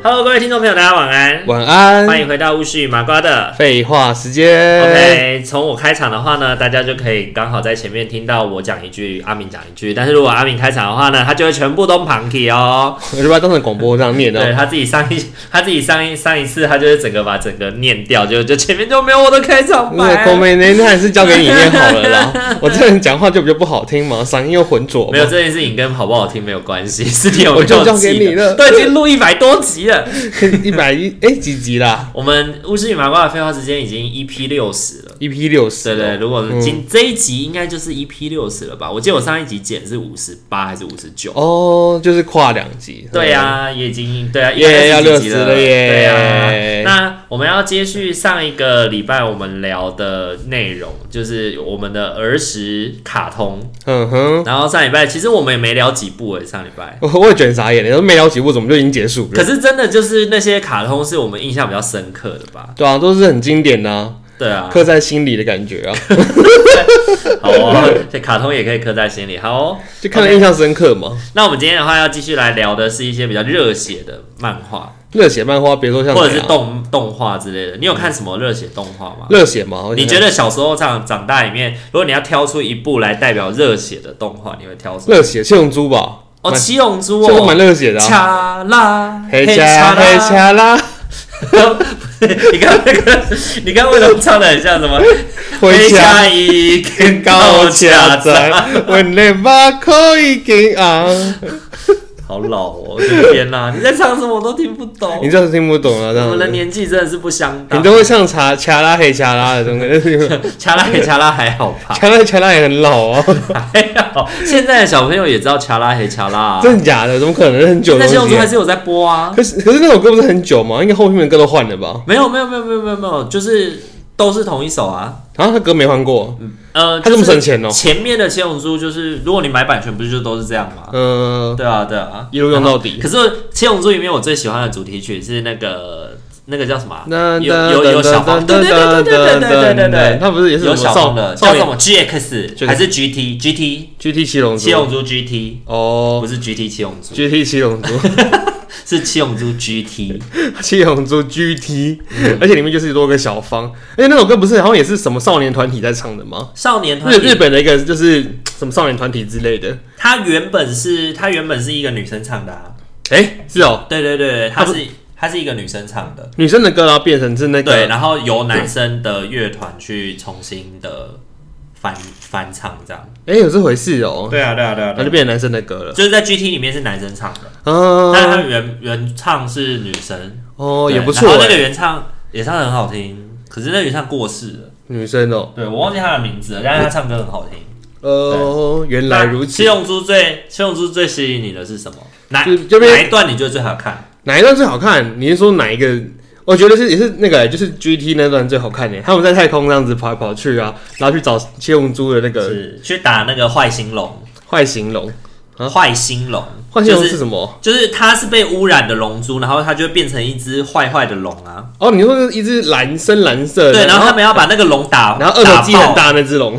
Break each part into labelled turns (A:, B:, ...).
A: Hello，各位听众朋友，大家晚安，
B: 晚
A: 欢
B: 安。哎
A: 迎回到巫师与麻瓜的。
B: 废话时间
A: OK，从我开场的话呢，大家就可以刚好在前面听到我讲一句，阿明讲一句。但是如果阿明开场的话呢，他就会全部都旁体哦。
B: 我就把它当成广播这样念
A: 对
B: 哦。
A: 他自己上一 他自己上一上一次，他就是整个把整个念掉，就就前面就没有我的开场
B: 那
A: 白
B: 个。公妹那那还是交给你念好了啦。 我这人讲话就比较不好听嘛，嗓音又浑浊
A: 没
B: 嘛
A: 有。这件事情跟好不好听没有关系， 是你有没
B: 我
A: 有
B: 就交给
A: 记得
B: 你了
A: 都已经录一百多集了。
B: 一百一哎几集啦
A: 我们巫师与麻瓜的废话时间已经 EP 六十了。
B: ？EP ？E 六十。哦
A: 对对，如果
B: 嗯
A: 今、这一集应该就是 EP 六十了吧？我记得我上一集剪是五十八还是五十九？
B: 哦，就是跨两集。
A: 对呀、也已经对啊，
B: 耶
A: 也
B: 要
A: 60集
B: 60了耶
A: 对啊，那我们要接续上一个礼拜我们聊的内容，就是我们的儿时卡通。
B: 嗯。嗯哼，
A: 然后上礼拜其实我们也没聊几部诶，欸上礼拜。
B: 我我也卷傻眼了，都没聊几部，怎么就已经结束
A: 可
B: 了？
A: 是真的就是那些卡通是我们印象比较深刻的吧？
B: 对啊，都是很经典的啊，
A: 对啊，
B: 刻在心里的感觉啊，
A: 好哦， 这卡通也可以刻在心里。好哦，
B: 就看得印象深刻嘛。
A: 那我们今天的话要继续来聊的是一些比较热血的漫画，
B: 热血漫画，别说像
A: 或者是
B: 谁啊
A: 动动画之类的。你有看什么热血动画吗？
B: 热血嘛，我
A: 你
B: 想
A: 觉得小时候长长大里面，如果你要挑出一部来代表热血的动画，你会挑什么？
B: 热血七龙珠吧？
A: 哦，
B: 蛮
A: 七龙珠
B: 七龙珠蛮
A: 哦，
B: 热血的啊。
A: 恰啦，
B: 黑
A: 恰
B: 掐黑，掐啦，
A: 你看那个，你看为什么唱的很像什 么？
B: 回家
A: 一
B: 天高恰 在，温暖把口已经啊。
A: 好老哦！我的天哪，你在唱什么我都听不懂。
B: 你就是听不懂了，
A: 我
B: 这样
A: 们的
B: 子。
A: 年纪真的是不相
B: 你
A: 当。
B: 都会唱查掐啦黑掐啦的东西，
A: 掐拉黑掐拉还好吧？
B: 掐啦掐啦也很老啊，
A: 还好，现在的小朋友也知道掐拉黑掐拉、啊。
B: 真的假的？怎么可能很久
A: 那
B: 的
A: 些
B: 东
A: 龙
B: 西
A: 珠
B: 啊
A: 还？是有在播啊？
B: 可是可是那首歌不是很久吗？应该后面的歌都换了吧？
A: 没有没有没有没有没有没有，就是都是同一首啊。
B: 然后他歌没换过，
A: 呃，
B: 他这么
A: 就是
B: 省钱哦。
A: 前面的七龙珠就是，如果你买版权，不是就都是这样吗？
B: 嗯，
A: 对啊对啊。
B: 一路用到底。
A: 可是七龙珠里面我最喜欢的主题曲是那个那个叫什么啊？
B: 那
A: 有有有小黄，对
B: 噔
A: 对对对对对对对对，
B: 他不是也是
A: 有
B: 什么
A: 小
B: 少
A: 黄的，
B: 少
A: 叫什
B: 年
A: 么 GX 还是 GT GT
B: GT 七龙珠？
A: 七龙珠 GT
B: 哦
A: 不是 GT 七龙珠，
B: ，GT 七龙珠，
A: 是七龙珠 GT。
B: 七龙珠 GT，而
A: 嗯
B: 且里面就是多个小方，而且那首歌不是好像也是什么少年团体在唱的吗？
A: 少年团
B: 日日
A: 体，
B: 本的一个就是什么少年团体之类的，
A: 它原本是它原本是一个女生唱的、啊，
B: 哎，是哦，
A: 对对对，它
B: 它不
A: 是它是一个女生唱的，
B: 女生的歌然后变成是那
A: 对，
B: 个，
A: 然后由男生的乐团去重新的翻翻唱这样。
B: 哎，有这回事哦，
A: 对啊对啊对啊
B: 那就变成男生的歌了，
A: 就是在 GT 里面是男生唱的，但是
B: 啊，
A: 他原原唱是女生，
B: 哦，
A: 对
B: 也不
A: 然
B: 错
A: 后那
B: 哎，
A: 个原唱也唱的很好听，可是那个原唱过世了，
B: 女生哦，
A: 对我忘记他的名字了，但是他唱歌很好听。
B: 哦，原来如此
A: 七，龙珠最七龙珠最吸引你的是什么？哪
B: 就这边
A: 哪一段你觉得最好看？
B: 哪一段最好看？你是说哪一个？我觉得是也是那个、就是 GT 那段最好看呢。他们在太空这样子跑来跑去啊，然后去找七龙珠的那个
A: 是去打那个坏星龙，
B: 坏形龙。啊
A: 坏星龙，
B: 坏形龙
A: 就是
B: 什么？
A: 就是它是被污染的龙珠，然后它就会变成一只坏坏的龙啊。
B: 哦，你说是一只蓝深蓝色的，
A: 对，然后他
B: 后
A: 们要把那个龙打，
B: 然后二
A: 打
B: 头肌很
A: 爆，
B: 大那只龙，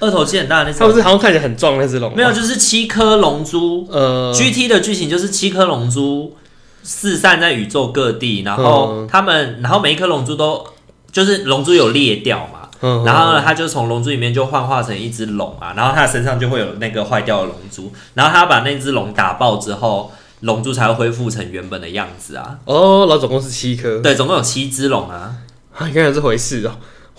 A: 二头肌很大的那
B: 它不
A: 种。
B: 是好像看起来很壮那只龙？
A: 没有，，就是七颗龙珠。
B: 呃，
A: GT 的剧情就是七颗龙珠四散在宇宙各地，然后
B: 嗯
A: 他们，然后每一颗龙珠都就是龙珠有裂掉嘛，
B: 嗯
A: 然后呢，他就从龙珠里面就幻化成一只龙啊，然后他的身上就会有那个坏掉的龙珠，然后他把那只龙打爆之后，龙珠才会恢复成原本的样子啊。
B: 哦，老总共是七颗，
A: 对，总共有七只龙啊。
B: 啊，原来这回事哦。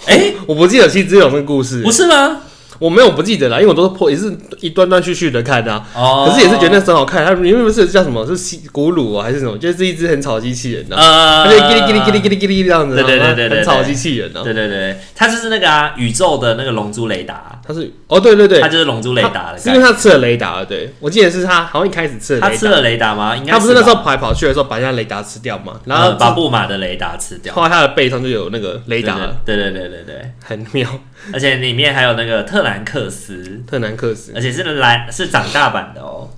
A: 哎、
B: 我不记得七只龙的故事哦
A: 不，是吗？
B: 我没有不记得啦，因为我都是破也是一段段续续的看的、啊，
A: 哦，
B: 可是也是觉得那很好看。它里面不是叫什么是西古鲁、啊、还是什么？就是一只很吵机器人的、啊，
A: 呃
B: 它就叽哩叽哩叽哩叽哩叽哩这样子，
A: 对对对对对对
B: 很吵机器人的、啊。
A: 对对对，它就是那个啊，宇宙的那个龙珠雷达，
B: 它是哦，对对对
A: 它，就是龙珠雷达的
B: 是
A: 概
B: 因为
A: 念。
B: 它吃了雷达，对我记得是它好像一开始吃了
A: 它
B: 雷
A: 吃
B: 达，
A: 了雷达吗？应该
B: 它不是那
A: 吧嗯
B: 时候跑来跑去的时候把人家雷达吃掉嘛，然
A: 然
B: 后
A: 后把布马的雷达吃掉。
B: 后来它的背上就有那个雷达了，
A: 对对对对对对，
B: 很妙。
A: 而且里面还有那个特兰克斯，
B: 特南克斯。
A: 而且是蓝是长大版的哦，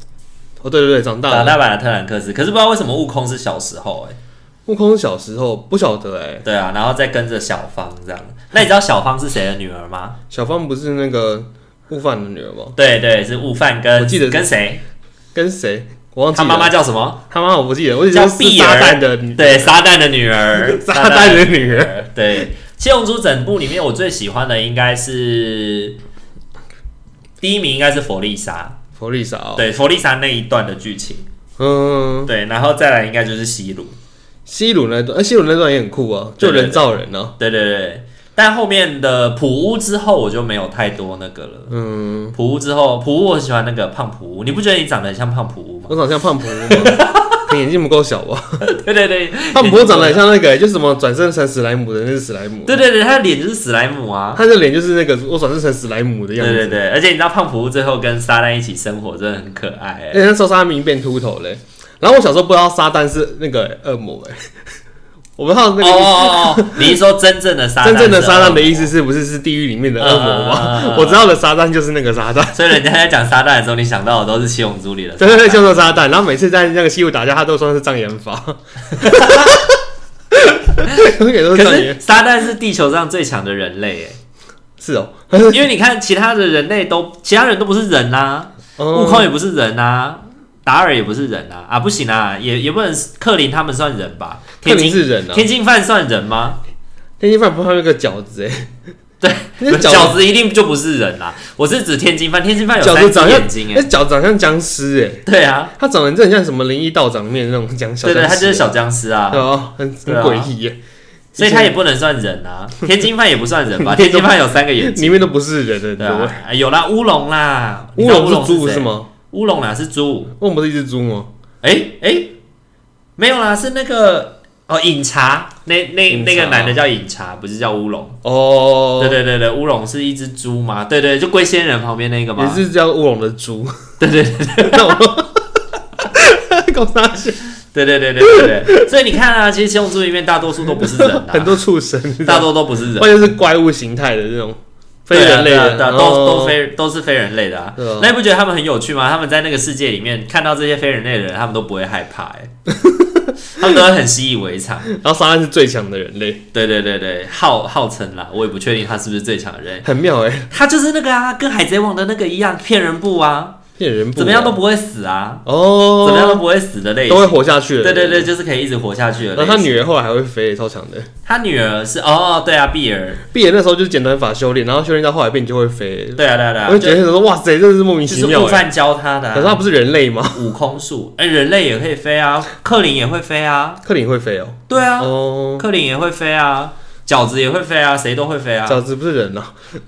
B: 哦，对对对，长大
A: 长
B: 了。
A: 大版的特兰克斯。可是不知道为什么悟空是小时候哎、
B: 悟空小时候不晓得哎、
A: 对啊，然后再跟着小芳这样。那你知道小芳是谁的女儿吗？
B: 小芳不是那个悟饭的女儿吗？
A: 对对，是悟饭跟
B: 哦我记得是
A: 跟谁？
B: 跟谁？我忘记
A: 他
B: 了。
A: 妈妈叫什么？
B: 他妈妈我不记得，我只知
A: 叫
B: 道是
A: 碧
B: 撒
A: 儿
B: 旦的 女
A: 对，撒旦的女 儿，
B: 撒旦的女儿。
A: 儿。对，《七龙珠》整部里面，我最喜欢的应该是第一名，应该是佛利莎。
B: 佛利萨哦，
A: 对，佛利莎那一段的剧情。
B: 嗯，
A: 对，然后再来应该就是西鲁。
B: 西鲁那段，呃，西鲁那段也很酷啊，就
A: 对对
B: 人造人啊，
A: 对对对，但后面的普乌之后，我就没有太多那个了。
B: 嗯，
A: 普乌之后，普乌我很喜欢那个胖普乌，你不觉得你长得很像胖普乌 吗？
B: 我长像胖 婆吗？你眼睛不够小吧？
A: 对对对，
B: 胖婆长得很像那个、就是什么转身成史莱姆的那是史莱姆，
A: 对对对，他的脸就是史莱姆啊。
B: 他的脸就是那个我转身成史莱姆的
A: 对
B: 样子。
A: 对对，而且你知道胖普乌最后跟撒旦一起生活，真的很可爱、欸。
B: 而且哎那时候撒旦明明变秃头嘞、然后我小时候不知道撒旦是那个、恶魔哎、 我不知道那个意思。
A: 哦哦哦，你是说真正的撒旦？
B: 真正的撒旦的意思，是不是是地狱里面的恶魔
A: 嗯嗯嗯嗯
B: 吗？
A: 嗯
B: 我知道的撒旦就是那个撒旦，
A: 所以人家在讲撒旦的时候，你想到的都是《七龙珠》里的撒
B: 对
A: 旦。
B: 对对，叫做撒旦。然后每次在那个西湖打架，他都说是障眼 法，永远都是
A: 可
B: 障眼。
A: 是撒旦是地球上最强的人类，哎，
B: 是哦，
A: 因为你看其他的人类都，其他人都不是人啦、
B: 嗯
A: 悟空也不是人啊，达尔也不是人啊，啊不行啊，也也不能克林他们算人吧？
B: 克
A: 天津
B: 林是人啊，
A: 天津饭算人吗？
B: 天津饭不怕那个饺子哎，
A: 对，
B: 那个
A: 饺
B: 饺
A: 子一定就不是人啦、我是指天津饭，天津饭有
B: 饺
A: 三
B: 子
A: 只
B: 长
A: 眼
B: 像
A: 睛，
B: 那
A: 哎，
B: 饺子长像僵尸哎，
A: 对啊，
B: 他长得真的很像什么灵异道长里面的那种僵小
A: 对
B: 僵尸，
A: 对，他就是小僵尸啊，
B: 对啊，很很
A: 对啊
B: 诡异耶，
A: 所以他也不能算人 啊，天津饭也不算人吧？天
B: 天津
A: 津饭有三个眼睛，
B: 里面都不是人
A: 对
B: 的，对不对？
A: 啊，有啦，乌龙啦，你
B: 乌
A: 知道
B: 龙是猪是
A: 谁？
B: 吗？
A: 乌龙啦是猪，
B: 乌龙不是一只猪吗？
A: 哎哎，没有啦，是那个哦饮茶，那那
B: 饮茶
A: 那个男的叫饮茶，不是叫乌龙。
B: 哦，
A: 对对对对，乌龙是一只猪嘛？对对，就龟仙人旁边那个
B: 也
A: 嘛。
B: 是叫乌龙的猪，
A: 对对对
B: 那我 搞啥？
A: 对对对对对对，所以你看啊，其实《七龙珠》里面大多数都不是人啊，
B: 很多畜生，你知道
A: 大
B: 吗
A: 多都不是人。
B: 或者是怪物形态的这种非人类
A: 对啊对啊
B: 的，
A: 对啊
B: 哦
A: 都都非都是非人类的啊
B: 对啊。
A: 那你不觉得他们很有趣吗？他们在那个世界里面看到这些非人类的人，他们都不会害怕、欸， 他们都会很习以为常。
B: 然后沙旦是最强的人类，
A: 对对对对，号号称啦，我也不确定他是不是最强的人，
B: 很妙哎、欸，
A: 他就是那个啊，跟海贼王的那个一样，骗人不啊，
B: 骗人不
A: 怎么样都不会死啊，
B: 哦，
A: 怎么样都不会死的类
B: 都
A: 型。
B: 会活下去的。
A: 对对对，，就是可以一直活下去的类
B: 然后
A: 型。
B: 他女儿后来还会飞，超强的。
A: 他女儿是哦，对啊，碧儿，
B: 碧眼那时候就是剪短发修炼，然后修炼到后来变就会飞，
A: 对啊对啊对啊，
B: 我就觉得说哇塞，真的是莫名
A: 就
B: 其
A: 是
B: 妙
A: 悟
B: 哎、
A: 饭教他的、
B: 可是
A: 啊。
B: 他不是人类吗？
A: 悟空术，哎、人类也可以飞啊，克林也会飞啊，
B: 克林会飞哦、
A: 对啊，
B: 哦，
A: 克林也会飞啊，饺子也会飞啊，谁都会飞啊，
B: 饺子不是人啊，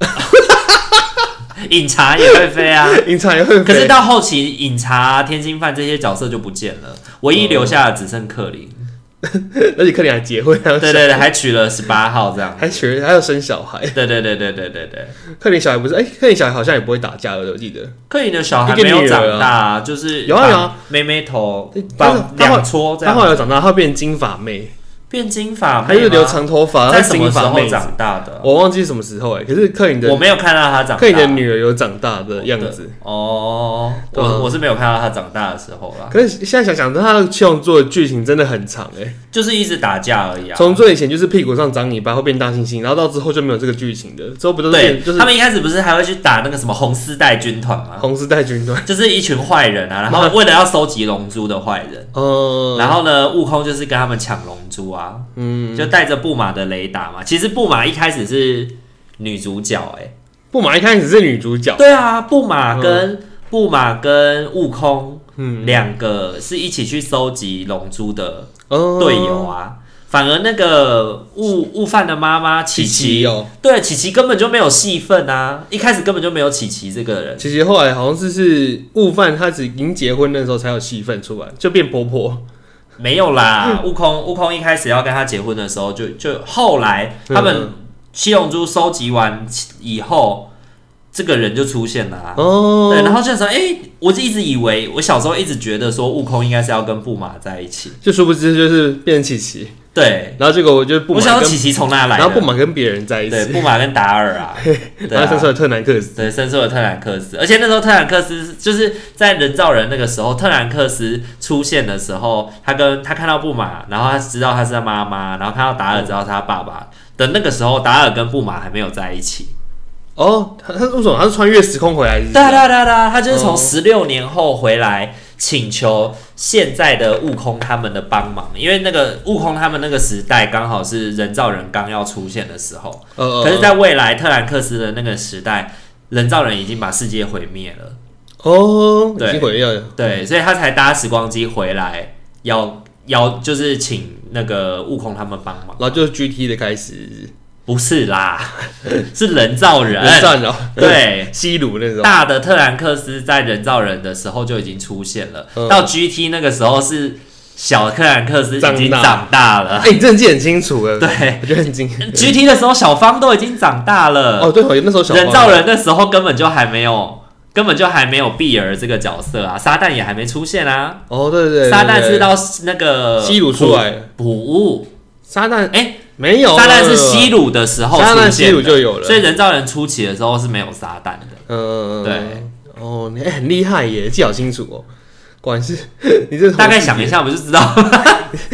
A: 饮茶也会飞 啊。
B: 隐藏也会
A: 可是
B: 飞。
A: 到后期，饮茶、天津饭这些角色就不见了，唯一留下的只剩克林。
B: 而且克林还结婚，还有
A: 对对对，还娶了十八号这样。
B: 哦还学还要生小孩。
A: 对对对对对对对，
B: 克林小孩不是哎、克林小孩好像也不会打架的，我记得。
A: 克林的小孩
B: 一个
A: 没有
B: 女儿
A: 长
B: 啊
A: 大啊，就是
B: 有啊有啊
A: 绑妹妹头
B: 对但是
A: 绑
B: 他后
A: 两撮这
B: 他后
A: 样，
B: 来长大，他变金发妹，
A: 变金啊发妹吗，
B: 他就是留长头发，
A: 在
B: 然后
A: 什么
B: 金
A: 时
B: 发
A: 候
B: 妹子。
A: 长大的？
B: 我忘记什么时候哎、可是克林的
A: 我没有看到他长大。
B: 克林的女儿有长大的样子。
A: 哦，
B: 对啊
A: 我我是没有看到他长大的时候啦。
B: 可是现在想想，他的七龙珠的剧情真的很长哎、
A: 就是一直打架而已啊。
B: 从最以前就是屁股上长尾巴会变大猩猩，然后到之后就没有这个剧情的，之后不都是
A: 对
B: 变，就是
A: 他们一开始不是还会去打那个什么红丝带军团吗？
B: 红丝带 军团？
A: 就是一群坏人啊，然 后为了要收集龙珠的坏人，
B: 嗯，
A: 然后呢，悟空就是跟他们抢龙珠啊，
B: 嗯，
A: 就带着布玛的雷达嘛。其实布玛一开始是女主角、欸，
B: 布玛一开始是女主角，
A: 对啊，布玛跟布玛跟悟空
B: 嗯，
A: 两个是一起去收集龙珠的
B: 哦
A: 队友啊。反而那个悟悟饭的妈妈琪
B: 琪
A: 琪
B: 琪哦，
A: 对，琪琪根本就没有戏份啊，一开始根本就没有琪琪这个人。
B: 琪琪后来好像是是悟饭，她只已经结婚的时候才有戏份出来，就变婆婆。
A: 没有
B: 嗯
A: 啦，悟空，悟空一开始要跟他结婚的时候就，就后来他们
B: 嗯
A: 七龙珠收集完以后，这个人就出现了、啊。
B: 哦，
A: 对，然后就说，哎、我就一直以为，我小时候一直觉得说，悟空应该是要跟布马在一起，
B: 就殊不知就是变琪琪，
A: 对，
B: 然后结果我就不
A: 我
B: 满
A: 想说
B: 跟，
A: 琪琪从哪来的？
B: 然后不满跟别人在一
A: 对
B: 起，
A: 布马跟达尔 啊，对
B: 然后生出
A: 啊。
B: 来特南克斯，
A: 对，深受了特兰克斯，而且那时候特兰克斯就是在人造人那个时候，特兰克斯出现的时候，他跟他看到布马，然后他知道他是他妈妈，然后看到达尔知道是他爸爸的那个时候，达尔跟布马还没有在一起。
B: 哦，他他为什么他是穿越时空回来是不是？
A: 对啊对啊对啊对啊，他就是从
B: 哦
A: 十六年后回来请求现在的悟空他们的帮忙，因为那个悟空他们那个时代刚好是人造人刚要出现的时候，
B: 呃，呃，
A: 可是，在未来特兰克斯的那个时代，人造人已经把世界毁灭了，
B: 哦，
A: 对
B: 已经毁掉了，
A: 对，所以他才搭时光机回来，要要就是请那个悟空他们帮忙，
B: 然后就是 GT 的开始，
A: 不是啦， 是人造人，
B: 人嗯战了，
A: 哎对。
B: 西鲁那种，
A: 大的特兰克斯在人造人的时候就已经出现了，
B: 嗯
A: 到 GT 那个时候是小特兰克斯已经
B: 长大
A: 长大了。
B: 哎，你真的记得很清楚了，
A: 对
B: 我觉得很惊，
A: GT 的时候，小芳都已经长大了，
B: 哦，对，好像那时候小
A: 人造人的时候根本就还没有，根本就还没有碧儿这个角色啊，撒旦也还没出现啊，
B: 哦，对对对，对
A: 撒旦
B: 对
A: 是到那个
B: 西鲁出来了，
A: 普物，
B: 撒旦
A: 哎、
B: 没有，啊
A: 撒旦是
B: 没有
A: 西，鲁的时候出
B: 撒
A: 现
B: 旦
A: 的，
B: 西鲁就有了
A: 所以人造人初期的时候是没有撒旦的。
B: 嗯，
A: 对，
B: 哦，你哎很厉害耶，记好清楚哦。果然是 你这
A: 大概想一下，我就知道。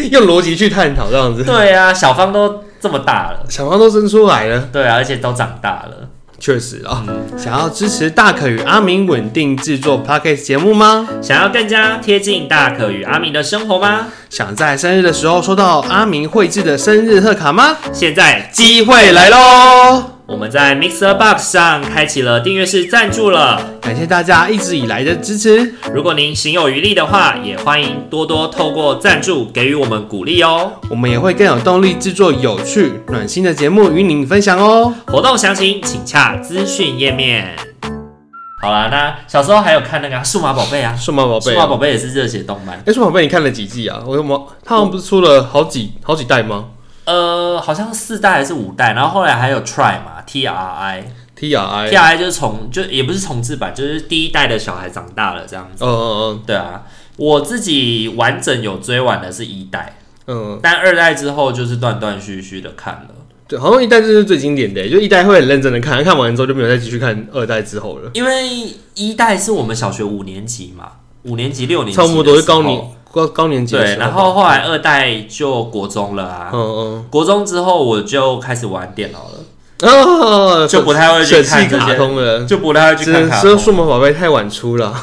B: 用逻辑去探讨这样子，
A: 对啊，小芳都这么大了。
B: 小芳都生出来了。
A: 对啊，而且都长大了。
B: 确实啊、
A: 嗯
B: 想要支持大可与阿明稳定制作 podcast 节目吗？
A: 想要更加贴近大可与阿明的生活吗？
B: 想在生日的时候收到阿明绘制的生日贺卡吗？
A: 现在
B: 机会来喽！
A: 我们在 Mixer Box 上开启了订阅式赞助了。
B: 感谢大家一直以来的支持，
A: 如果您行有余力的话，也欢迎多多透过赞助给予我们鼓励哦。
B: 我们也会更有动力制作有趣、暖心的节目与您分享哦。
A: 活动详情请洽资讯页面。好啦，那小时候还有看那个啊数码宝贝啊，
B: 数码宝贝
A: 数，
B: 哦
A: 码宝贝也是热血动漫。
B: 哎，数码宝贝，你看了几季啊？我有没？他好像不是出了好几好几代吗
A: 呃，好像四代还是五代，然后后来还有 Try 嘛，T R I。
B: ？T R
A: T
B: I，
A: R I 就是重，就也不是重置版，就是第一代的小孩长大了这样子。
B: 嗯嗯
A: 对啊，我自己完整有追完的是一代，
B: 嗯嗯，
A: 但二代之后就是断断续续的看了，
B: 对，好像一代就是最经典的，就一代会很认真的看，看完之后就没有再继续看二代之后了。
A: 因为一代是我们小学五年级嘛，五年级六年级
B: 差不多
A: 的
B: 是
A: 时候
B: 高年高高年级的
A: 对，
B: 时候
A: 然后后来二代就国中了啊，
B: 嗯
A: 国中之后我就开始玩电脑了，
B: 嗯啊，
A: 就不太会去
B: 选
A: 看
B: 弃
A: 这
B: 卡
A: 些，
B: 通了，
A: 就不太会去
B: 只
A: 看
B: 能
A: 卡
B: 说
A: 通，
B: 数码宝贝太晚出了。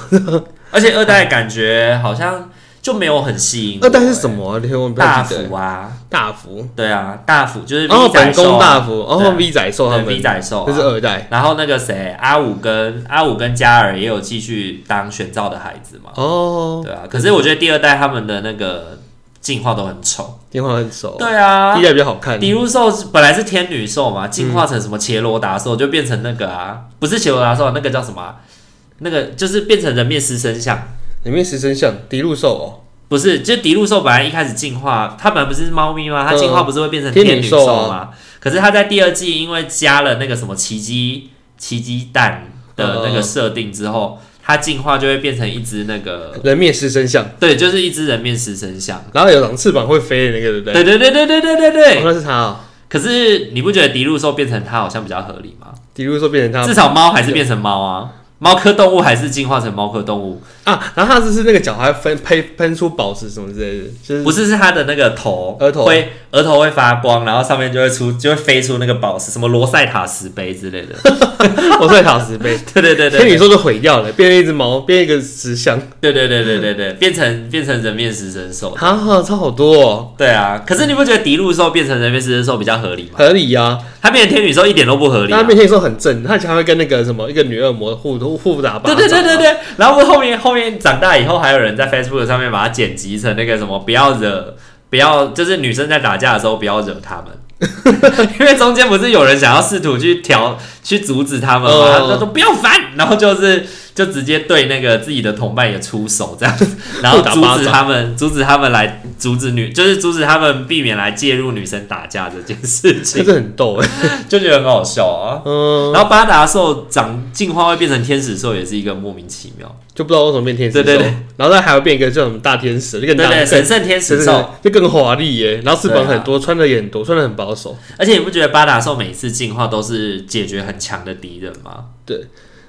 A: 而且二代感觉好像就没有很吸引我。
B: 二代是什么啊？你我不
A: 大
B: 太记得。
A: 福啊，
B: 大福，
A: 对啊，大福就是
B: 然后
A: V
B: 哦本
A: 仔兽
B: 宫大
A: 啊、
B: 福，
A: 对
B: 哦 V 仔兽他
A: 对
B: 们，
A: V 仔兽、
B: 这是
A: 啊。
B: 二代。
A: 然后那个谁，阿五跟阿五跟嘉尔也有继续当选召的孩子嘛，
B: 哦，
A: 对啊。可是我觉得第二代他们的那个进化都很丑，
B: 电话很熟。
A: 对啊
B: 哦第嗯一。代比较好看。
A: 迪路兽是本来是天女兽嘛，进化成什么切罗达兽，就变成那个啊，不是切罗达兽，那个叫什么啊、那个就是变成人面狮身像，
B: 里面十神像迪路兽哦
A: 不是，就迪路兽本来一开始进化，它本来不是猫咪吗？它进化不是会变成
B: 天
A: 嗯天
B: 女
A: 女
B: 兽
A: 兽
B: 啊
A: 吗？可是它在第二季因为加了那个什么奇迹奇迹蛋的那个设定之后，它进化就会变成一只那
B: 哦
A: 个，，
B: 人面狮身像，
A: 对，就是一只人面狮身像。
B: 然后有长翅膀会飞的那个，对不对？
A: 对对对对对对对
B: 哦
A: 对。
B: 那是他哦。
A: 嗯可是你不觉得迪路兽变成它好像比较合理吗？
B: 迪路兽变成
A: 至少猫还是变成猫啊，猫科动物还是进化成猫科动物，
B: 他啊，然后他就是那个脚还分喷喷出宝石什么之类的，就是
A: 不是是它的那个头，
B: 额头
A: 会额头会发光，然后上面就会出就会飞出那个宝石，什么罗塞塔石碑之 类的。
B: 我在塔石碑。
A: 对 对对
B: 天
A: 对
B: 女，座就毁掉了，变成一只猫，变一个石像，
A: 对对对对对对，变成变成人面狮身兽。
B: 哈哈，差好多哦，
A: 对啊，可是你不觉得迪路兽变成人面狮身兽比较合 理吗？啊
B: 合理呀、
A: 它变成天女兽一点都不合
B: 但
A: 理、啊
B: 他。变天女座很正，他还会跟那个什么一个女恶魔互互打巴
A: 对
B: 掌。
A: 对对对对，然后后面后面长大以后，还有人在 Facebook 上面把它剪辑成那个什么，不要惹，不要就是女生在打架的时候不要惹他 们，因为中间不是有人想要试图去调去阻止他们嘛，
B: 哦
A: 他就说不要烦，然后就是就直接对那个自己的同伴也出手 这样，然后
B: 互打
A: 阻
B: 巴
A: 止
B: 掌
A: 他们，阻止他们来阻止女，就是阻止他们避免来介入女生打架这件事
B: 真
A: 情，
B: 的很逗哎、
A: 就觉得很好笑啊。
B: 嗯，
A: 然后巴达兽长进化会变成天使兽，也是一个莫名其妙。
B: 就不知道为什么变天使兽，
A: 对对对
B: 然后它还要变一个叫什么大天使，就 更
A: 对
B: 大
A: 对，
B: 更
A: 神圣天
B: 对
A: 使
B: 对
A: 兽，啊
B: 对就更华丽耶，然后翅膀很多，穿的也很多，穿的很保守。
A: 而且你不觉得巴达兽每一次进化都是解决很强的敌人吗？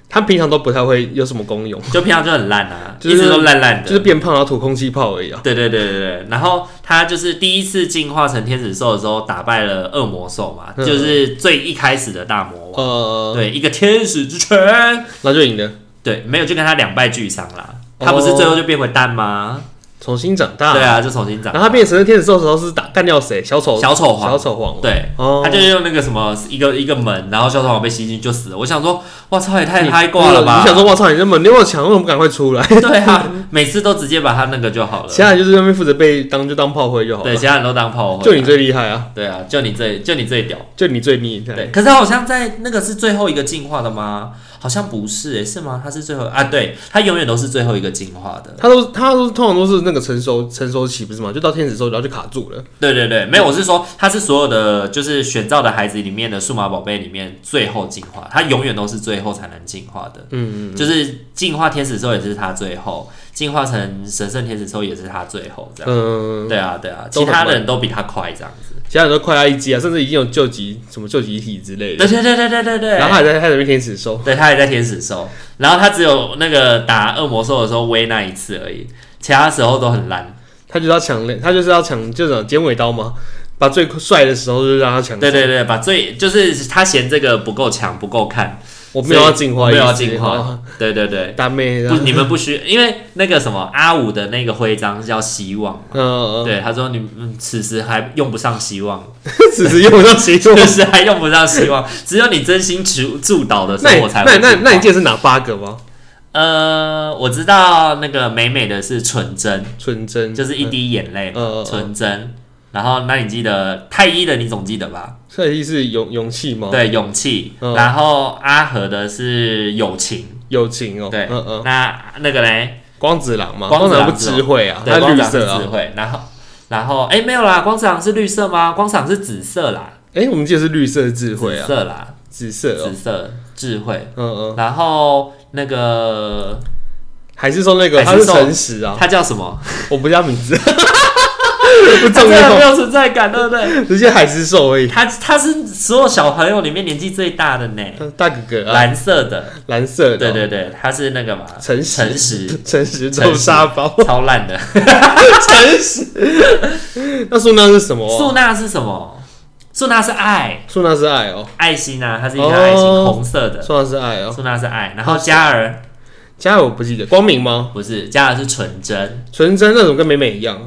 B: 它平常都不太会有什么功用，
A: 就平常就很烂啊，
B: 就是
A: 一直都烂烂的。
B: 就是变胖然后吐空气炮而已啊。
A: 对对对对对，然后他就是第一次进化成天使兽的时候，打败了恶魔兽嘛，
B: 嗯
A: 就是最一开始的大魔王，
B: 呃，
A: 对，一个天使之拳，
B: 那就赢了，
A: 对，没有就跟他两败俱伤啦。
B: 哦
A: 他不是最后就变回蛋吗？
B: 重新长大。
A: 对，啊，就重新长
B: 然
A: 大。
B: 后他变成了天使兽的时候是打干掉谁？小丑，
A: 小丑皇
B: 小丑皇。
A: 对，
B: 哦，
A: 他就是用那个什么一个一个门，然后小丑王被吸进去就死了。我想说，哇操，也太
B: 你
A: 嗨挂了吧！
B: 你想说，我操，你那么你那么强，为什么不赶快出来？
A: 对 啊，每次都直接把他那个就好了。
B: 其他人就是在那边负责被当就当炮灰就好
A: 对，
B: 了。
A: 其他人都当炮灰。
B: 就你最厉害啊，
A: 对啊，就你最就你最屌。
B: 就你最厉害。
A: 对，可是他好像在那个是最后一个进化的吗？好像不是、欸诶，是吗？他是最后啊，对，他永远都是最后一个进化的。
B: 他都他都通常都是那个成熟成熟期不是吗？就到天使兽然后就卡住了。
A: 对对对，没有，我是说他是所有的就是选召的孩子里面的数码宝贝里面最后进化，他永远都是最后才能进化的。
B: 嗯，
A: 就是进化天使兽也是他最后，进化成神圣天使兽也是他最后这样。
B: 嗯，
A: 对啊，对啊，
B: 都
A: 其
B: 很
A: 他
B: 慢
A: 人都比他快这样子。
B: 其他人都快要一击啊，甚至已经有救急什么救急体之类的
A: 对。对对对对对对。
B: 然后他还在他在那边天使兽，
A: 对他也在天使兽，然后他只有那个打恶魔兽的时候威那一次而已，其他时候都很烂。
B: 他就是要抢那，他就是要抢，就是讲剪尾刀嘛，把最帅的时候就让他抢。
A: 对，对对，把最就是他嫌这个不够强不够看，
B: 我没有要进化，
A: 没有要进化，。对对对，
B: 啊大妹，
A: 不你们不需，因为那个什么阿五的那个徽章叫希望，
B: 嗯，
A: 对他说你们此时还用不上希望，
B: 此时用到谁做
A: 就？是还用不上希望，只有你真心助助导的时
B: 那
A: 候
B: 你
A: 我才
B: 那
A: 会
B: 那
A: 进化
B: 那你记得是哪八个吗？
A: 呃，我知道那个美美的是纯真。
B: 纯真
A: 就是一滴眼泪
B: 嗯嗯嗯
A: 嘛
B: 嗯，
A: 纯真。然后，那你记得太一的你总记得吧？
B: 帅气是勇勇气吗？，
A: 对，勇气。
B: 嗯
A: 然后阿和的是友情，
B: 友情哦。
A: 对
B: 嗯嗯，
A: 那那个嘞，
B: 光子郎嘛，
A: 光
B: 光
A: 子
B: 子
A: 郎
B: 郎不智慧啊，
A: 对，
B: 他
A: 光
B: 绿
A: 长是
B: 色
A: 智
B: 啊。
A: 慧。然后，然后，哎，没有啦，光长是绿色吗？光长是紫色啦，
B: 哎，我们记得是绿色智慧
A: 紫
B: 啊，
A: 色啦，
B: 紫色哦
A: 紫。色智慧。
B: 嗯嗯，
A: 然后那个
B: 还是说那个
A: 还
B: 他
A: 是
B: 是
A: 说
B: 诚 实啊？
A: 他叫什么？
B: 我不叫名 字，不
A: 他
B: 重
A: 真的没
B: 要，
A: 有存在感，对不对？
B: 直接海狮兽而已。
A: 他他是所有小朋友里面年纪最大的呢，
B: 大哥哥啊，
A: 蓝色的。
B: 蓝色的
A: 对
B: 哦，
A: 对对，他是那个嘛，
B: 诚实
A: 诚实，
B: 诚实豆沙 包，
A: 超烂的。
B: 诚实。 那素娜是什么啊？
A: 素娜是什么？素娜是爱，
B: 素娜是爱哦，
A: 爱心啊，它是一颗爱心，
B: 哦
A: 红色的。
B: 素娜是爱哦。
A: 素娜是爱，然后嘉儿
B: 嘉尔我不记得，光明吗？
A: 不是，嘉儿是纯真。
B: 纯真那种跟美美一样